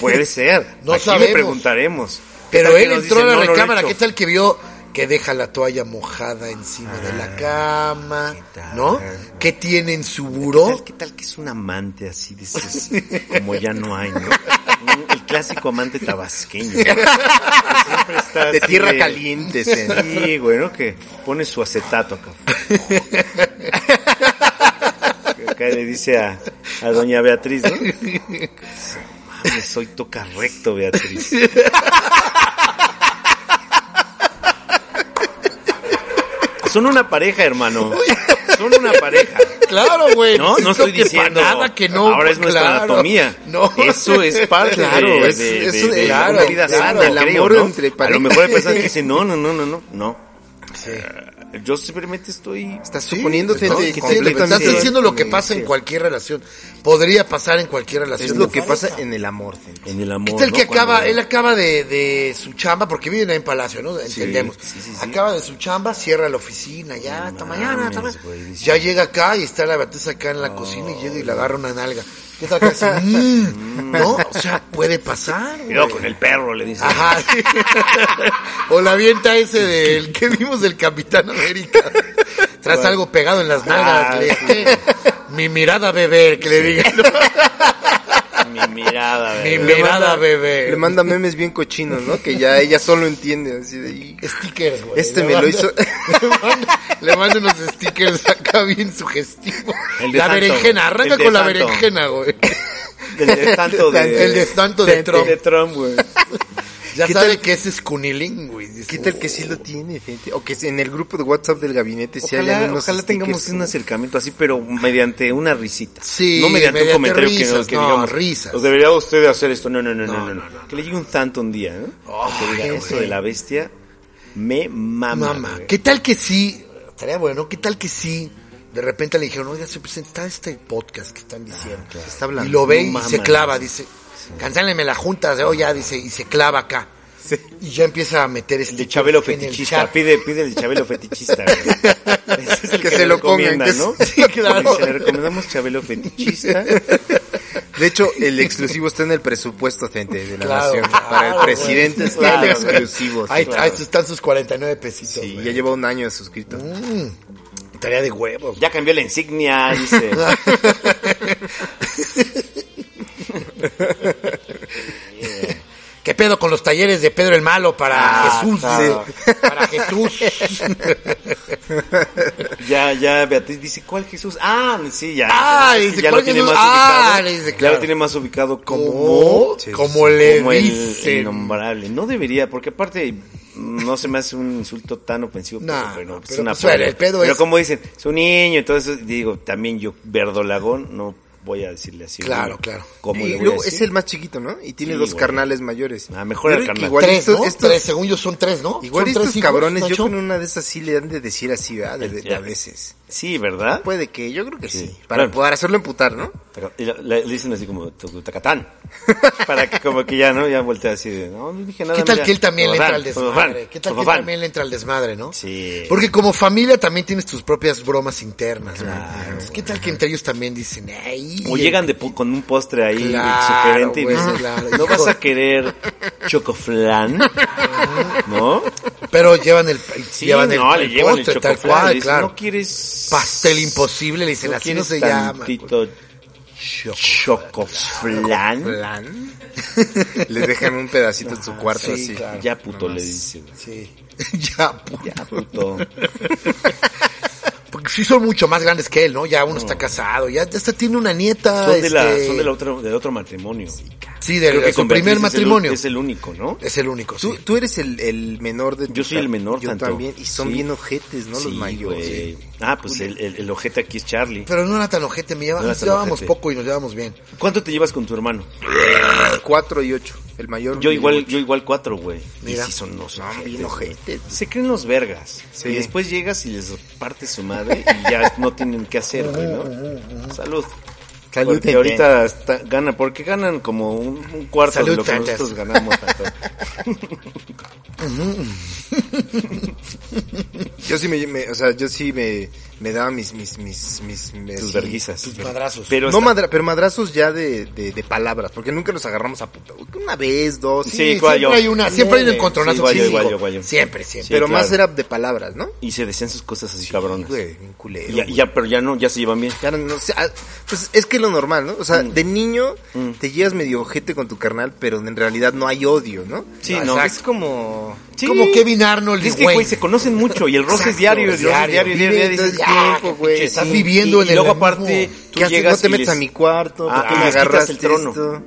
S3: Puede ser.
S4: No
S3: Aquí
S4: sabemos.
S3: le preguntaremos. ¿Qué
S4: Pero
S3: tal que
S4: él
S3: nos
S4: entró a
S3: dicen,
S4: la
S3: "No, no lo he
S4: recámara,
S3: hecho"?
S4: ¿qué tal que vio que deja la toalla mojada encima de la cama,
S3: Ah, tal?
S4: ¿no? ¿Qué tiene en su buró?
S3: tal- ¿Qué tal que es un amante así de esos, como ya no hay, ¿no? Un- El clásico amante tabasqueño. ¿no? Que siempre está
S2: De
S3: así
S2: tierra caliente, se-
S3: Oh, Sí, güey, ¿no? Que pone su acetato acá. Que Acá le dice a, a doña Beatriz, ¿no? Mames, hoy toca recto, Beatriz. Son una pareja, hermano. Son una pareja.
S4: Claro, güey.
S3: No, no
S4: insisto
S3: estoy
S4: que
S3: diciendo
S4: para nada que no.
S3: Ahora es nuestra
S4: claro.
S3: anatomía.
S4: No.
S3: Eso es parte
S2: Claro,
S3: de,
S2: es-
S3: de-
S2: es
S3: de-
S2: un-
S3: de
S2: claro,
S3: una vida
S2: claro,
S3: sana,
S2: el
S3: creo,
S2: amor
S3: ¿no?
S2: entre
S3: A lo
S2: parejas.
S3: mejor hay personas que dicen, no, no, no, no, no, no. Yo simplemente estoy...
S2: Estás suponiéndote
S4: No,
S2: de-
S4: sí,
S2: completamente-
S4: Estás diciendo lo que pasa en
S2: Sí.
S4: cualquier relación. Podría pasar en cualquier relación.
S2: Es lo que pasa en el amor, gente.
S3: En el amor,
S4: ¿Qué tal Este que
S3: ¿no?
S4: acaba,
S3: Cuando-
S4: él acaba de, de su chamba, porque viven ahí en Palacio, ¿no? Entendemos.
S3: sí, sí, sí.
S4: Acaba de su chamba, cierra la oficina, ya, hasta mañana, hasta
S3: mames,
S4: mañana.
S3: güey, dice.
S4: Ya llega acá y está la Beatriz acá en la cocina y llega y le agarra una nalga. ¿Qué tal que hace? Mm, ¿No? O sea, puede pasar, güey.
S3: Cuidado con el perro, le dice.
S4: Ajá. sí. o la vienta ese del que vimos del Capitán América. Tras algo pegado en las nalgas.
S3: Ah,
S4: le- Mi mirada beber, que le digan.
S3: Mi mirada,
S4: Mi
S3: ¿verdad?
S4: mirada beber.
S2: Le manda memes bien cochinos, ¿no? Que ya ella solo entiende, así de... "Y-
S4: Stickers, güey.
S2: Este
S4: Le
S2: me lo
S4: manda-
S2: hizo-
S4: Le manda, le manda unos stickers acá bien sugestivos.
S3: El de
S4: La
S3: Santo,
S4: berenjena,
S3: güey.
S4: arranca
S3: El de
S4: con la
S3: Santo.
S4: berenjena, güey.
S3: El de tanto de...
S4: El de tanto de Trump.
S3: De Trump, güey.
S4: Ya
S2: ¿Qué
S4: sabe
S2: tal-
S4: que ese es Cuniling, güey. Dices,
S2: ¿Qué tal que sí lo tiene, gente? O que en el grupo de WhatsApp del gabinete se
S3: Ojalá,
S2: hayan unos
S3: ojalá tengamos un
S2: stickers.
S3: acercamiento así, pero mediante una risita.
S4: Sí,
S3: no mediante,
S4: mediante
S3: un comentario que,
S4: risas,
S3: que
S4: no,
S3: digamos.
S4: risas.
S3: "Os debería usted de hacer esto. No, no, no, no,
S4: No,
S3: no.
S4: no, no,
S3: que le llegue un tanto un día, ¿no?
S4: Ay,
S3: que diga,
S4: güey.
S3: eso de la bestia me mama.
S4: Mamá,
S3: güey".
S4: ¿qué tal que sí? Estaría bueno, ¿qué tal que sí? De repente le dijeron, oiga, se presenta está este podcast que están diciendo.
S2: Se está hablando.
S4: Y lo ve
S3: No
S4: y
S3: mames.
S4: se clava, dice, cancélenme la junta, de hoy ya, dice, y se clava acá.
S2: Sí.
S4: Y ya empieza a meter este
S3: El de Chabelo fetichista. Pide, pide el de Chabelo fetichista. güey. Ese es el
S2: Que se lo pongan,
S3: recomienda,
S2: que
S3: ¿no?
S2: se- Sí, claro.
S3: Dice, Le recomendamos Chabelo fetichista.
S2: De hecho, el exclusivo está en el presupuesto, gente, de la
S4: Claro,
S2: nación.
S4: claro,
S2: Para el
S4: güey.
S2: presidente está el
S4: Claro, güey.
S2: exclusivo. sí,
S4: Ahí,
S2: claro.
S4: ahí están sus 49 pesitos.
S2: Sí,
S4: güey.
S2: ya lleva un año suscrito.
S4: Tarea de huevos.
S3: Ya cambió la insignia, dice.
S4: ¿Qué pedo con los talleres de Pedro el Malo para
S3: Ah,
S4: Jesús?
S3: claro.
S4: dice? Para Jesús.
S3: Ya, ya, Beatriz dice, ¿cuál Jesús? Ah, sí, ya.
S4: Ah,
S3: Es que
S4: dice,
S3: ya
S4: ¿cuál
S3: lo tiene
S4: Jesús?
S3: más
S4: Ah,
S3: ubicado.
S4: le dice,
S3: Ya
S4: claro.
S3: lo tiene más ubicado como...
S4: Como, como le
S3: como el
S4: dicen.
S3: innombrable. No debería, porque aparte no se me hace un insulto tan ofensivo.
S4: No,
S3: pero bueno,
S4: no,
S3: es
S4: pero
S3: una
S4: pues, bueno,
S3: palabra.
S4: el pedo
S3: Pero
S4: es-
S3: como dicen, es un niño, entonces digo, también yo, verdolagón, no voy a decirle así.
S4: Claro,
S3: ¿no?
S4: claro.
S3: ¿Cómo le
S2: Y
S3: voy a
S2: luego
S3: decir?
S2: es el más chiquito, ¿no? Y tiene
S3: Sí,
S2: dos
S3: güey.
S2: carnales mayores.
S3: Ah, mejor
S2: Yo
S3: al
S2: creo que
S3: carnal.
S2: Igual
S4: tres,
S2: estos,
S4: ¿no?
S2: estos-
S4: Tres, según yo son tres, ¿no?
S2: igual
S4: Son
S2: estos
S4: tres hijos,
S2: cabrones, yo
S4: Nacho.
S2: con una de esas sí le han de decir así, ¿verdad? De- de-
S3: Ya.
S2: a veces.
S3: Sí, ¿verdad?
S2: Puede que, yo creo que sí.
S3: Sí.
S2: Para,
S3: Bueno.
S2: para hacerlo emputar, ¿no?
S3: Taca- y la- la- Le dicen así como "Tu- Tacatán. Para que como que ya, ¿no? Ya voltea así de, no, no dije nada.
S4: ¿Qué tal
S3: mira,
S4: que él también le entra
S3: Tobogán,
S4: al
S3: Tobogán,
S4: desmadre? ¿Qué tal que él
S3: Tobogán.
S4: también le entra al desmadre, no?
S3: Sí.
S4: Porque como familia también tienes tus propias bromas internas, ¿no? ¿Qué tal que entre ellos también dicen, ay?
S3: O llegan de po- con un postre ahí
S4: Claro,
S3: sugerente y
S4: güey,
S3: dicen,
S4: claro,
S3: ¿no
S4: hijo".
S3: vas a querer chocoflan? ¿No?
S4: Pero llevan el, Ah. llevan el,
S3: no, le
S4: el
S3: llevan el
S4: postre, tal
S3: chocoflan, le
S4: cual,
S3: dicen,
S4: claro.
S3: No quieres...
S4: Pastel imposible, le dicen,
S3: ¿No
S4: así no
S3: quieres
S4: se llama. Pues,
S3: tantito chocoflan?
S2: plan. Les dejan un pedacito en su cuarto así.
S3: Ya puto le dice. güey.
S4: Sí. ya, pu-
S3: Ya puto.
S4: porque sí son mucho más grandes que él, ¿no? Ya uno está casado, ya hasta tiene una nieta.
S3: Son, de la,
S4: este,
S3: son de la otra- del otro matrimonio.
S4: Sí, de,
S3: Creo que
S4: de su
S3: con
S4: primer
S3: Beatriz es el u-
S4: matrimonio.
S3: Es el, único, ¿no?
S4: único,
S2: Tú,
S4: sí.
S2: tú eres el, el menor de tu
S3: Yo soy el menor,
S2: Yo
S3: tanto.
S2: también. Y son
S3: Sí.
S2: bien ojetes, ¿no? Los
S3: Sí,
S2: mayores.
S3: güey. Ah, pues el, el, el ojete aquí es Charlie.
S4: Pero no era tan ojete, me llevaba-
S3: No era
S4: nos
S3: tan
S4: llevábamos
S3: ojete.
S4: poco y nos llevábamos bien.
S3: ¿Cuánto te llevas con tu hermano?
S2: 4 y 8. El mayor.
S3: Yo
S2: vive
S3: igual,
S2: ocho.
S3: yo igual cuatro, güey. Y
S4: Mira.
S3: sí son los
S2: Son
S3: ojetes,
S2: bien
S3: güey.
S2: ojetes.
S3: Se creen los vergas.
S2: Sí.
S3: Y después llegas y les partes su madre y ya no tienen qué hacer, güey, ¿no? Salud.
S2: Salud,
S3: Porque
S2: tete.
S3: ahorita está- gana, porque ganan como un, un cuarto
S4: Salud,
S3: de lo que
S4: tete.
S3: nosotros ganamos. tanto.
S2: Yo sí me, me- o sea, yo sí me, me daba mis, mis, mis, mis, mis-
S3: Tus verguizas.
S4: Tus madrazos.
S3: Pero
S2: No
S3: está-
S2: madra- pero madrazos ya de, de, de palabras, porque nunca los agarramos a puta. Una vez, dos,
S3: Sí,
S2: sí,
S3: igual
S4: siempre
S3: yo.
S4: hay una, siempre hay un
S2: Sí,
S4: encontronazo
S3: igual yo,
S4: físico.
S3: igual yo, igual yo.
S4: Siempre, siempre.
S3: Sí,
S2: pero más
S3: claro.
S2: era de palabras, ¿no?
S3: Y se decían sus cosas así,
S2: Sí,
S3: cabronas.
S2: güey, bien culero,
S3: Y ya,
S2: güey.
S3: ya, pero ya no, ya se llevan bien.
S2: Ya no- no sé, ah, pues es que lo normal, ¿no? O sea,
S3: Mm.
S2: de niño te llevas medio ojete con tu carnal, pero en realidad no hay odio, ¿no?
S3: Sí,
S2: Ah,
S3: no.
S2: o sea, Es como...
S3: Sí.
S4: Como Kevin Arnold y
S3: Es que,
S4: Wayne.
S3: güey, se conocen mucho y el roce es
S4: Exacto,
S3: diario, el roce es
S4: diario.
S3: diario, diario,
S2: Vive
S3: diario, dices,
S2: todo el día,
S3: "Bien,
S2: güey,
S3: pinche,
S4: estás
S3: sí".
S4: viviendo
S3: Y-
S4: en
S3: y
S4: el
S3: luego
S4: mismo-
S3: aparte, tú
S2: ¿Qué haces?
S3: llegas
S2: no te
S3: y
S2: metes
S3: les-
S2: a mi cuarto,
S3: Ah,
S2: porque
S3: y
S2: me
S3: les quitas
S2: agarraste
S3: el trono.
S2: esto.
S3: ¿no?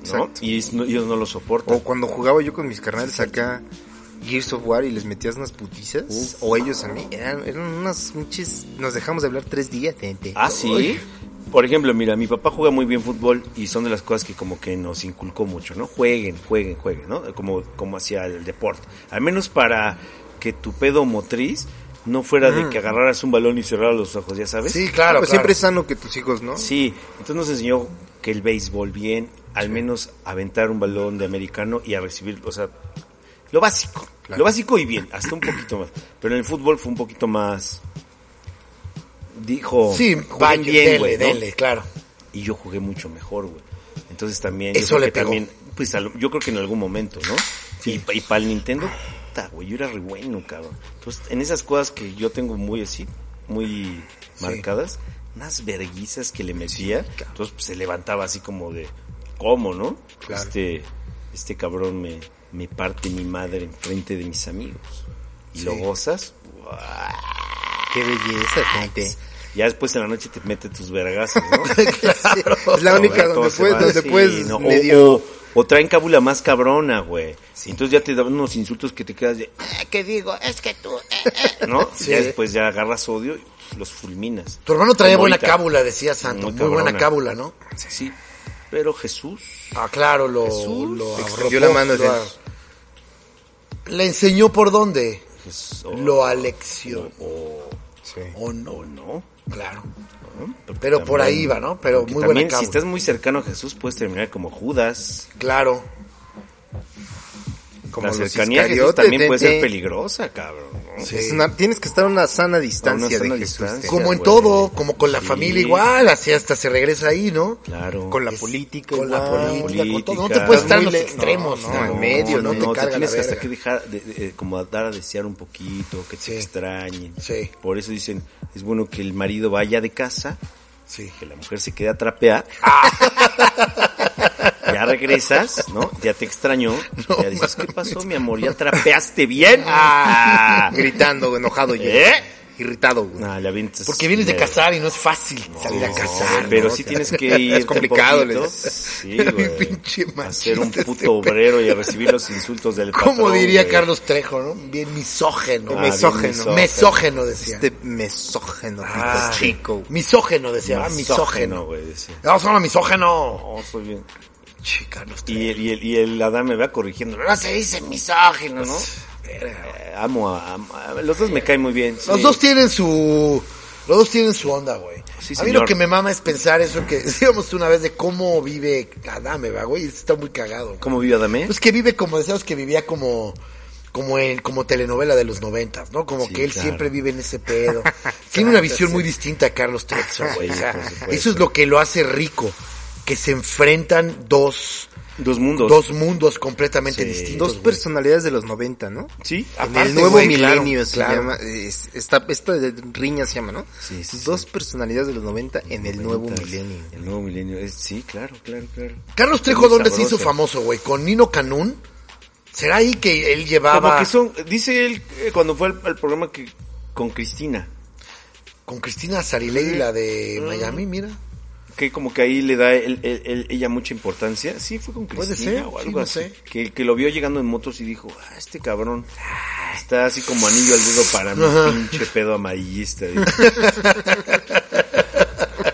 S2: Exacto.
S3: Y es- no- ellos no lo soportan.
S2: O cuando jugaba yo con mis carnales acá Gears of War y les metías unas putizas, o ellos a mí, eran, eran unas pinches, nos dejamos de hablar tres días, gente.
S3: Ah, sí. Por ejemplo, mira, mi papá juega muy bien fútbol y son de las cosas que como que nos inculcó mucho, ¿no? Jueguen, jueguen, jueguen, ¿no? Como, como hacia el deporte. Al menos para que tu pedo motriz no fuera de que agarraras un balón y cerraras los ojos, ya sabes.
S4: Sí, claro,
S2: Pues
S4: claro.
S2: siempre es sano que tus hijos, ¿no?
S3: Sí, entonces nos enseñó que el béisbol bien, al menos aventar un balón de americano y a recibir, o sea, lo básico,
S2: Claro.
S3: lo básico y bien, hasta un poquito más. Pero en el fútbol fue un poquito más, dijo,
S4: Sí,
S3: "Jueguen
S4: vaya, dele,
S3: güey", ¿no?
S4: dele, claro.
S3: Y yo jugué mucho mejor, güey. Entonces también, yo
S4: Eso
S3: creo
S4: le
S3: que
S4: pegó.
S3: también, pues al- yo creo que en algún momento, ¿no? Y, para el Nintendo, puta, güey, yo era re bueno, cabrón. Entonces, en esas cosas que yo tengo muy así, muy marcadas, unas verguizas que le metía, entonces pues, se levantaba así como de, ¿cómo, no?
S2: Claro.
S3: Este, este cabrón me, me parte mi madre enfrente de mis amigos. Y lo gozas,
S2: Qué belleza, gente.
S3: ya después en la noche te mete tus vergazos, ¿no?
S2: Es la única
S3: Todo
S2: donde
S3: se
S2: puedes,
S3: va
S2: donde
S3: así,
S2: puedes
S3: ¿no? O-
S2: medio...
S3: o, o traen cábula más cabrona, güey. Entonces ya te dan unos insultos que te quedas de, "Ah, ¿qué digo? Es que tú, eh, eh", ¿no?
S4: Sí.
S3: Ya después ya agarras odio y pues, los fulminas.
S4: Tu hermano traía
S3: Como
S4: buena
S3: ahorita.
S4: cábula, decía Santo.
S3: Muy
S4: Muy, buena
S3: cabrona.
S4: cábula, ¿no?
S3: Sí, pero Jesús.
S4: Ah, claro, lo,
S3: Jesús
S4: lo
S2: extendió
S4: arropó,
S2: la mano,
S4: lo
S2: sí.
S4: a- Le enseñó por dónde.
S3: Jesús, o-
S4: Lo aleccionó.
S3: o-
S2: Sí.
S4: O
S3: o
S4: no,
S3: no.
S4: claro.
S3: ¿no? Porque
S4: Pero por
S3: también-
S4: ahí va, ¿no? Pero
S3: porque
S4: muy buena
S3: también,
S4: cábula.
S3: si estás muy cercano a Jesús, puedes terminar como Judas.
S4: Claro.
S2: Como
S3: la
S2: los
S3: cercanía a Jesús
S2: iscariotes,
S3: también puede ser
S2: gente.
S3: peligrosa, cabrón. ¿no?
S4: Sí.
S2: Es una- tienes que estar a una sana distancia
S3: A una sana
S2: de Jesús.
S3: distancia.
S2: gente.
S4: Como
S3: güey.
S4: en todo, como con la
S3: Sí.
S4: familia igual, así hasta se regresa ahí, ¿no?
S3: Claro.
S2: Con la
S4: Es-
S2: política,
S4: con la
S2: igual.
S4: política, con todo. No te
S3: política.
S4: puedes estar en
S2: Muy
S4: los
S2: le-
S4: extremos,
S2: no,
S4: ¿no?
S2: no, en medio,
S4: no,
S2: no,
S4: te
S2: no,
S4: carga
S3: te
S4: la
S3: tienes que hasta
S4: verga.
S3: que dejar, de- de- como a dar a desear un poquito, que
S4: Sí.
S3: te extrañen.
S4: Sí.
S3: Por eso dicen, es bueno que el marido vaya de casa,
S4: Sí.
S3: que la mujer se quede a trapear. ya regresas, ¿no? Ya te extrañó. ya dices, ¿qué pasó, mi amor? ¿Ya trapeaste bien?
S2: Ah,
S3: Ah,
S2: gritando, enojado yo.
S3: ¿Eh? Ah.
S2: Irritado, güey.
S3: No, le avientas-
S4: Porque vienes de
S3: le-
S4: casar y no es fácil salir a
S3: No,
S4: casar.
S3: Pero
S4: ¿no?
S3: sí tienes que ir.
S2: Es complicado,
S3: poquito.
S2: les-
S3: Sí,
S4: Mi
S3: güey.
S4: pinche
S3: A ser un
S4: machista
S3: puto
S4: este
S3: obrero y a recibir los insultos del patrón.
S4: Como diría
S3: güey.
S4: Carlos Trejo, ¿no? Bien misógeno.
S3: Ah, bien
S4: misógeno.
S3: misógeno.
S4: Misógeno, decía.
S2: Este mesógeno, pito
S4: Ah.
S2: chico. güey.
S4: Misógeno, decía. Ah, misógeno.
S3: güey. decía.
S4: No, solo misógeno.
S3: No, soy Oh, bien.
S4: Che, Carlos Trejo.
S3: Y el, y el, y el Adán me va corrigiendo. No se dice misógino, ¿no? Eh, amo a, amo a- Los dos me caen muy bien. sí.
S4: Los dos tienen su... Los dos tienen su onda, güey.
S3: Sí,
S4: a mí
S3: señor.
S4: lo que me mama es pensar eso que decíamos una vez de cómo vive Adame, ¿verdad, güey. Está muy cagado. güey.
S3: ¿Cómo vive eh? Adamé?
S4: Pues que vive como decíamos que vivía como como en como telenovela de los noventas, ¿no? Como
S3: Sí,
S4: que él
S3: claro.
S4: siempre vive en ese pedo. Tiene una visión muy distinta a Carlos Trejo, güey.
S3: Sí,
S4: O sea,
S3: por supuesto.
S4: eso es lo que lo hace rico, que se enfrentan dos
S3: Dos mundos.
S4: dos mundos completamente
S3: Sí.
S4: distintos.
S2: Dos
S4: güey.
S2: personalidades de los 90, ¿no?
S3: Sí.
S2: En
S4: Aparte,
S2: el nuevo
S4: güey, claro,
S2: milenio se
S4: claro.
S2: llama, es- esta, esta de riña se llama, ¿no?
S3: Sí, sí,
S2: Dos personalidades de los 90 en el nuevo
S3: Noventas.
S2: milenio.
S3: El nuevo milenio. es- sí, claro, claro, claro.
S4: Carlos Trejo,
S3: Muy
S4: ¿dónde se
S3: sabroso.
S4: hizo famoso, güey? ¿Con Nino Canún? ¿Será ahí que él llevaba
S3: Como que son, dice él eh, cuando fue al, al programa que con Cristina,
S4: con Cristina Sariley, la de Miami, mira?
S3: que como que ahí le da el- el- el- ella mucha importancia. Sí, fue con
S4: Puede
S3: Cristina
S4: ser,
S3: o
S4: sí,
S3: algo
S4: no
S3: así.
S4: sé.
S3: Que, que lo vio llegando en motos y dijo, ah, este cabrón está así como anillo al dedo para
S4: Ajá.
S3: mi pinche pedo amarillista. dijo.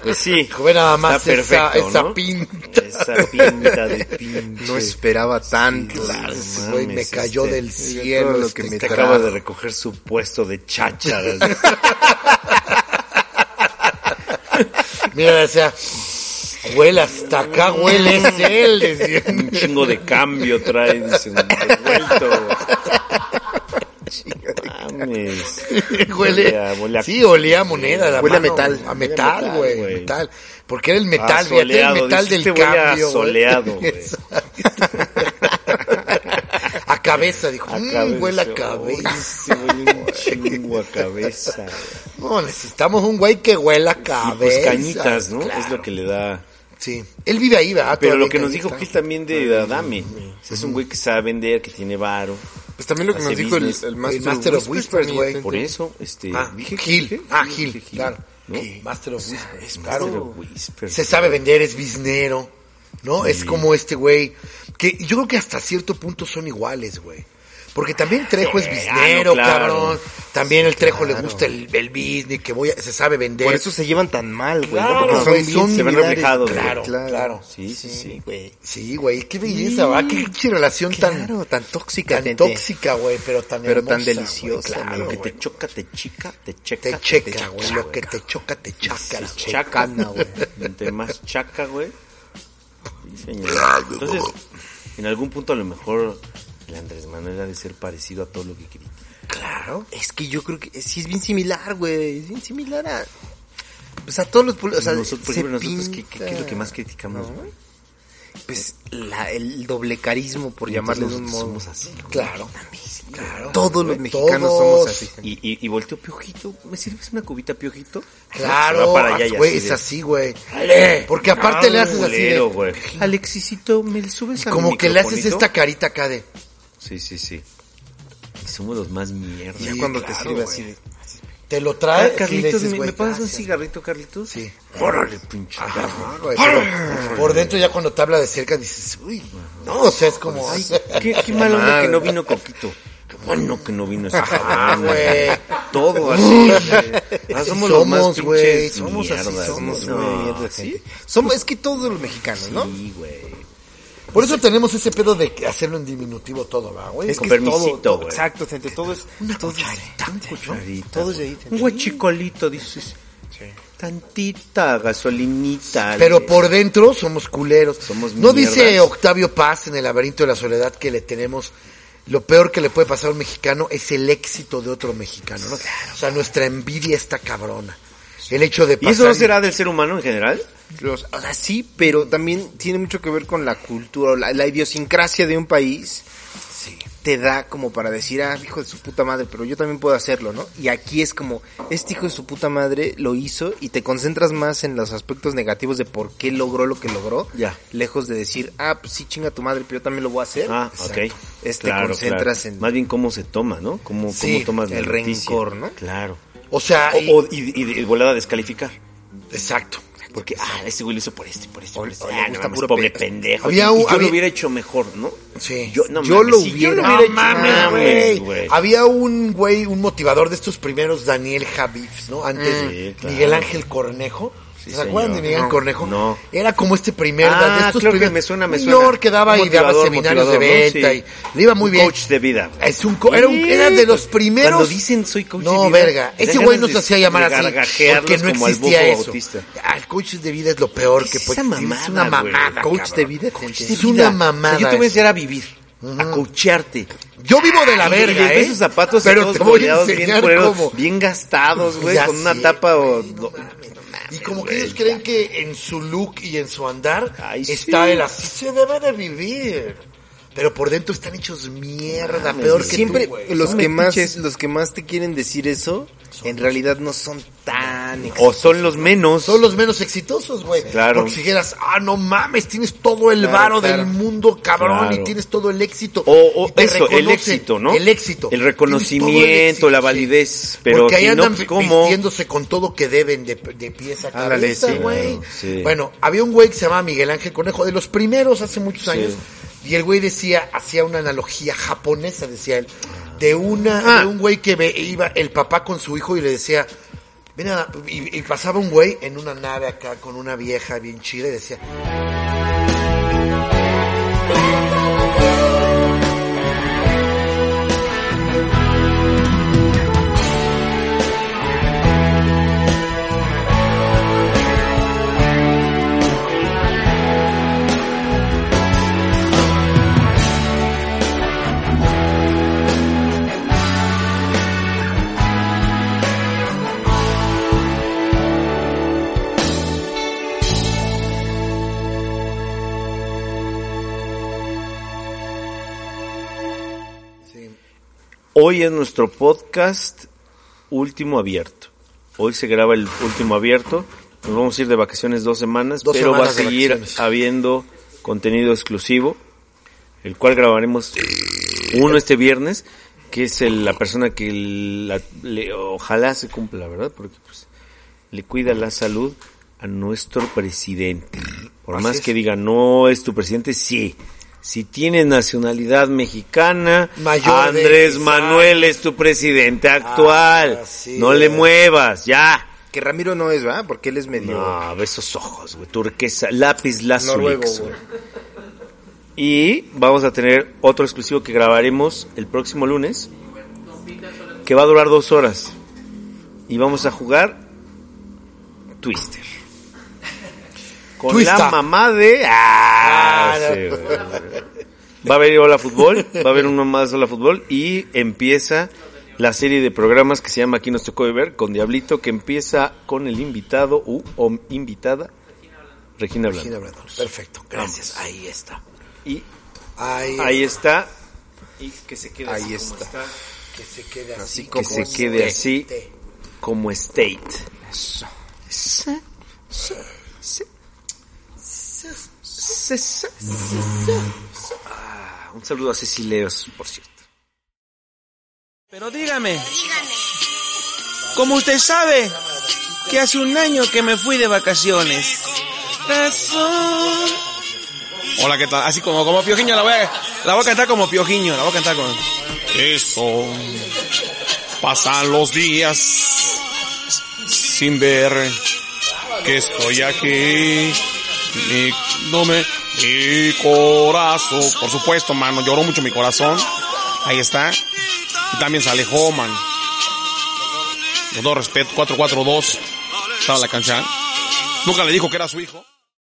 S3: pues sí,
S4: Dijo, Ve nada más
S3: está
S4: esa,
S3: perfecto,
S4: esa
S3: ¿no?
S4: pinta.
S3: Esa pinta de pinche.
S2: No esperaba tanto.
S4: Claro,
S3: mames,
S4: ese güey, me
S3: este,
S4: cayó del
S2: todo
S4: cielo.
S2: lo
S4: este
S2: que me
S3: Te
S4: cabrón.
S3: acaba de recoger su puesto de chácharas.
S4: Mira, decía, huele hasta acá, huele es él. decía.
S3: Un chingo de cambio trae, dice, revuelto. Mames.
S4: huele,
S3: a- huele a-
S4: sí, olía a moneda. la
S2: Huele a
S4: mano,
S2: metal.
S4: A
S3: Huele a
S4: metal,
S3: metal,
S4: güey.
S3: güey.
S4: Metal. Porque era el metal,
S3: A
S4: fíjate, el
S3: soleado,
S4: metal
S3: dice,
S4: del
S3: este huele a
S4: cambio. güey.
S3: soleado, güey.
S4: A cabeza, dijo.
S3: A
S4: "Mm,
S3: cabeza.
S4: huele a
S3: Oye,
S4: cabeza.
S3: se huele un chingo a cabeza.
S4: No, necesitamos un güey que huela a
S3: Y
S4: cabeza.
S3: pues cañitas, ¿no?
S4: Claro.
S3: Es lo que le da.
S4: Sí. Él vive ahí, ¿verdad?
S3: Pero
S4: Todavía
S3: lo que nos dijo
S4: Cañita.
S3: Gil también de Adame. O sea, es un güey que sabe vender, que tiene varo.
S2: Pues también lo que
S3: Hace
S2: nos dijo el,
S3: business.
S2: el Master,
S4: El Master
S2: of
S4: of Whispers,
S2: Whispers,
S4: güey.
S2: güey.
S3: Por eso, este.
S4: Ah,
S3: dije que-
S4: Gil. Ah,
S3: dije
S4: Gil, claro.
S3: ¿no? Este,
S4: Gil, Master of Whispers,
S3: Es
S4: claro.
S3: Master of Whispers.
S4: Se sabe vender, es biznero, ¿no? Es como este güey, que yo creo que hasta cierto punto son iguales, güey. Porque también Trejo es
S3: Sí,
S4: biznero,
S3: ah, no, claro.
S4: cabrón. También el Trejo le gusta el, el business, que voy a- se sabe vender.
S2: Por eso se llevan tan mal, güey.
S4: Claro,
S2: porque
S4: güey,
S2: bien
S4: son-
S3: se ven
S2: similares.
S3: reflejados, güey.
S4: claro, claro,
S3: Sí, sí, sí.
S2: güey.
S4: Sí, güey, qué belleza, ¿verdad? Qué pinche relación
S2: Claro, tan tóxica.
S4: tan, tan
S2: gente.
S4: tóxica, güey, pero tan
S2: Pero
S4: hermosa,
S2: tan deliciosa,
S4: güey,
S2: amigo,
S4: claro,
S3: Lo que
S4: güey.
S3: te choca, te chica, te checa.
S4: Te checa, güey, lo que te choca, te chaca.
S3: Sí,
S4: güey.
S3: chaca,
S2: Chacana, güey.
S3: Entre más chaca, güey. Sí, señor. Entonces, en algún punto a lo mejor el Andrés Manuel ha de ser parecido a todo lo que critica.
S4: Claro.
S2: Es que yo creo que sí es bien similar, güey. Es bien similar a. Pues a todos los. pol- O sea,
S3: nosotros, por
S2: se
S3: ejemplo, nosotros, ¿qué,
S2: pinta.
S3: qué, qué es lo que más criticamos,
S2: ¿No?
S3: güey?
S2: Pues la- el doblecarismo, por llamarle de
S3: Nosotros
S2: un modo.
S3: somos así. güey.
S4: Claro. claro.
S2: Todos los
S4: Todos.
S2: mexicanos somos así.
S3: Y, y, y volteo piojito. ¿Me sirves una cubita piojito? Se
S4: Claro,
S3: va para allá y
S4: güey,
S3: así
S4: es
S3: de-
S4: así, güey.
S3: ¡Ale!
S4: Porque aparte
S3: Ah,
S4: le haces así de-
S3: culero, güey. Alexisito, ¿me subes a
S4: Como que le haces esta carita acá de...
S3: Sí, sí, sí. Y somos los más mierda.
S2: Ya
S4: Sí,
S2: cuando te
S4: claro,
S2: sirve
S4: güey.
S2: así de.
S4: Te lo
S3: Ah,
S4: trae y le
S3: Carlitos,
S4: dices,
S3: ¿me,
S4: güey,
S3: me pasas un
S4: gracias.
S3: cigarrito, Carlitos?
S4: Sí.
S3: Órale, pinche.
S4: Ah, güey, pero por dentro ya cuando te habla de cerca dices, uy, no, o sea, es como...
S3: Ay, qué, qué mal onda que no vino Coquito. Qué bueno que no vino ese cabrón, güey.
S4: güey.
S3: Todo así. güey. Ah, somos los más
S4: Somos, güey,
S3: pinches
S4: somos así,
S3: mierdas,
S4: somos,
S3: ¿no?
S4: güey,
S3: No,
S2: ¿Sí? Somos, es que todos los mexicanos, ¿no?
S3: Sí, güey.
S4: Por eso tenemos ese pedo de que hacerlo en diminutivo todo, va, güey.
S2: Es
S3: Con
S2: que es
S3: permisito,
S2: todo, todo-
S3: güey.
S2: exacto, gente, todo es todo es-
S3: Un cucharita, güey.
S2: Todos de ahí,
S3: Un guachicolito, dices. Tantita gasolinita.
S4: Pero
S3: le-
S4: por dentro somos culeros.
S3: Somos
S4: ¿No dice
S3: mierdas.
S4: Octavio Paz en El laberinto de la soledad que le tenemos... Lo peor que le puede pasar a un mexicano es el éxito de otro mexicano, ¿no? O sea, nuestra envidia está cabrona. El hecho de
S3: ¿Y
S4: pasar...
S3: eso no será del ser humano en general?
S2: Los, o sea, sí, pero también tiene mucho que ver con la cultura, o la, la idiosincrasia de un país. Te da como para decir, ah, hijo de su puta madre, pero yo también puedo hacerlo, ¿no? Y aquí es como, este hijo de su puta madre lo hizo y te concentras más en los aspectos negativos de por qué logró lo que logró.
S3: Ya.
S2: Lejos de decir, ah, pues sí, chinga tu madre, pero yo también lo voy a hacer.
S3: Ah, ok.
S2: Este, concentras en-
S3: Más bien cómo se toma, ¿no? Cómo,
S4: Sí,
S3: cómo tomas la
S2: el
S3: noticia.
S2: rencor, ¿no?
S3: Claro.
S4: O sea, Ah, y-
S3: O, o- y, y de volada descalificar.
S4: exacto.
S3: Porque, ah, este güey lo hizo por este, por este,
S2: O-
S3: por este.
S2: o le
S3: Ah, no
S2: gusta
S3: mames,
S2: puro
S3: pobre
S2: pe-
S3: pendejo.
S4: Había
S3: Y
S4: un-
S3: yo
S4: había-
S3: lo hubiera hecho mejor, ¿no?
S4: Sí.
S3: Yo, no
S2: Yo
S3: mames,
S2: lo
S3: si yo Ah, lo
S2: hubiera-
S3: hubiera
S2: No
S3: hecho,
S4: mames,
S3: mames,
S4: güey. Ah, Había un güey, un motivador de estos primeros, Daniel Javifs, ¿no? Antes
S3: Mm. Sí, claro.
S4: Miguel Ángel Cornejo.
S3: Sí,
S4: ¿Se acuerdan
S3: señor.
S4: de Miguel Ángel
S3: No,
S4: Cornejo?
S3: no.
S4: Era como este primer
S3: Ah,
S4: de estos
S3: creo que
S4: primeros.
S3: me suena, me
S4: Un
S3: suena.
S4: señor que daba y daba
S3: Motivador,
S4: seminarios de
S3: motivador, ¿no?
S4: venta
S3: Sí.
S4: y le iba muy
S3: Un
S4: bien.
S3: coach de vida.
S4: Es un co- era, un- era de los primeros.
S3: Cuando dicen soy coach
S4: No,
S3: de vida,
S4: verga.
S3: me
S4: Ese
S3: dan
S4: güey
S3: ganas
S4: no
S3: de-
S4: se hacía llamar
S3: de
S4: así.
S3: gargajearlos
S4: Porque no
S3: como al
S4: existía
S3: Bobo
S4: eso.
S3: Bautista.
S4: Ah, el coach de vida es lo peor que
S3: es
S4: puede
S3: esa
S4: existir, Es una
S3: mamada, güey?
S4: mamada.
S2: Coach
S4: cabrón.
S2: de vida,
S4: Coach
S2: gente.
S4: de
S3: Sí,
S4: Es una
S3: vida.
S4: mamada.
S3: O sea, yo te voy a
S4: eso.
S3: enseñar a vivir, a coachearte.
S4: Yo vivo de la verga,
S3: y
S4: ¿eh?
S3: Esos zapatos
S4: pero
S3: todos
S4: te voy a
S3: boleados, bien
S4: enseñar
S3: culeros,
S4: cómo.
S3: bien gastados, güey,
S4: Ya
S3: con una
S4: sé,
S3: tapa o
S4: güey, no
S3: do-
S4: mames, no mames. Y como que
S3: güey,
S4: ellos
S3: ya.
S4: creen que en su look y en su andar
S3: Ay, sí.
S4: está el así se debe de vivir. Pero por dentro están hechos mierda, peor que
S2: Siempre
S4: tú, güey.
S2: los
S3: No
S2: que
S3: me
S2: más
S3: pinches.
S2: los que más te quieren decir eso en realidad no son tan ex-
S3: O son los menos.
S4: Son los menos exitosos, güey.
S3: Claro.
S4: Porque si dijeras, ah, no mames, tienes todo el
S2: Claro,
S4: varo
S2: claro.
S4: del mundo, cabrón,
S3: Claro.
S4: y tienes todo el éxito.
S3: O, o
S4: Y te
S3: eso, el
S4: reconocen,
S3: éxito, ¿no?
S4: El éxito.
S3: El
S4: Tienes todo el
S3: reconocimiento,
S4: éxito,
S3: la
S4: sí.
S3: validez. Pero
S4: Porque ahí
S3: aquí no,
S4: andan
S3: pues, ¿cómo?
S4: vistiéndose con todo que deben de, de pies a
S2: Ándale,
S4: cabeza,
S2: sí,
S4: güey.
S3: claro, sí.
S4: Bueno, había un güey que se llamaba Miguel Ángel Conejo, de los primeros hace muchos años. Y el güey decía, hacía una analogía japonesa, decía él, de una,
S3: Ah.
S4: de un güey que ve- iba el papá con su hijo y le decía, ven a- y, y pasaba un güey en una nave acá con una vieja bien chida y decía,
S3: Hoy es nuestro podcast último abierto. Hoy se graba el último abierto. Nos vamos a ir de vacaciones dos semanas,
S4: Dos
S3: pero
S4: semanas
S3: va
S4: de
S3: a seguir
S4: vacaciones.
S3: habiendo contenido exclusivo, el cual grabaremos uno este viernes, que es el- la persona que la- le- ojalá se cumpla, ¿verdad? Porque pues, le cuida la salud a nuestro presidente. Por más que diga no es tu presidente, sí. Si tienes nacionalidad mexicana,
S4: Mayor de Ah,
S3: Andrés
S4: 16.
S3: Manuel es tu presidente actual.
S4: Así
S3: no le
S4: es.
S3: muevas, ya.
S2: que Ramiro no es, ¿verdad? Porque él es medio
S3: No, ve esos ojos, güey, turquesa, lápiz lazuli.
S2: noruego, güey.
S3: Y vamos a tener otro exclusivo que grabaremos el próximo lunes, que va a durar dos horas. Y vamos a jugar Twister. Con la
S4: Twista.
S3: mamá de... Ah,
S4: Ah,
S3: sí,
S4: no.
S3: güey. Va a haber Hola Fútbol, va a haber uno más Hola Fútbol y empieza la serie de programas que se llama Aquí nos tocó de ver con Diablito que empieza con el invitado u o invitada Regina
S4: Regina
S3: Blanco.
S4: Blandón. Perfecto, gracias. Ahí está.
S3: Y
S4: Ahí,
S3: ahí está. Y que se quede
S2: Ahí
S3: así
S2: está.
S3: como está,
S4: que se quede así.
S3: que se quede así como state. Ah, Un saludo a Cecileos, por cierto.
S5: Pero dígame. Como usted sabe que hace un año que me fui de vacaciones. Razón. Hola, ¿qué tal? Así como, como Piojiño, la voy, a, la voy a cantar como Piojiño, la voy a cantar con...
S6: Eso. Pasan los días sin ver que estoy aquí. Mi, no me, mi corazón. Por supuesto, mano. Lloró mucho mi corazón. Ahí está. Y también se alejó, man. Con todo respeto, 442. Estaba la cancha. Nunca le dijo que era su hijo.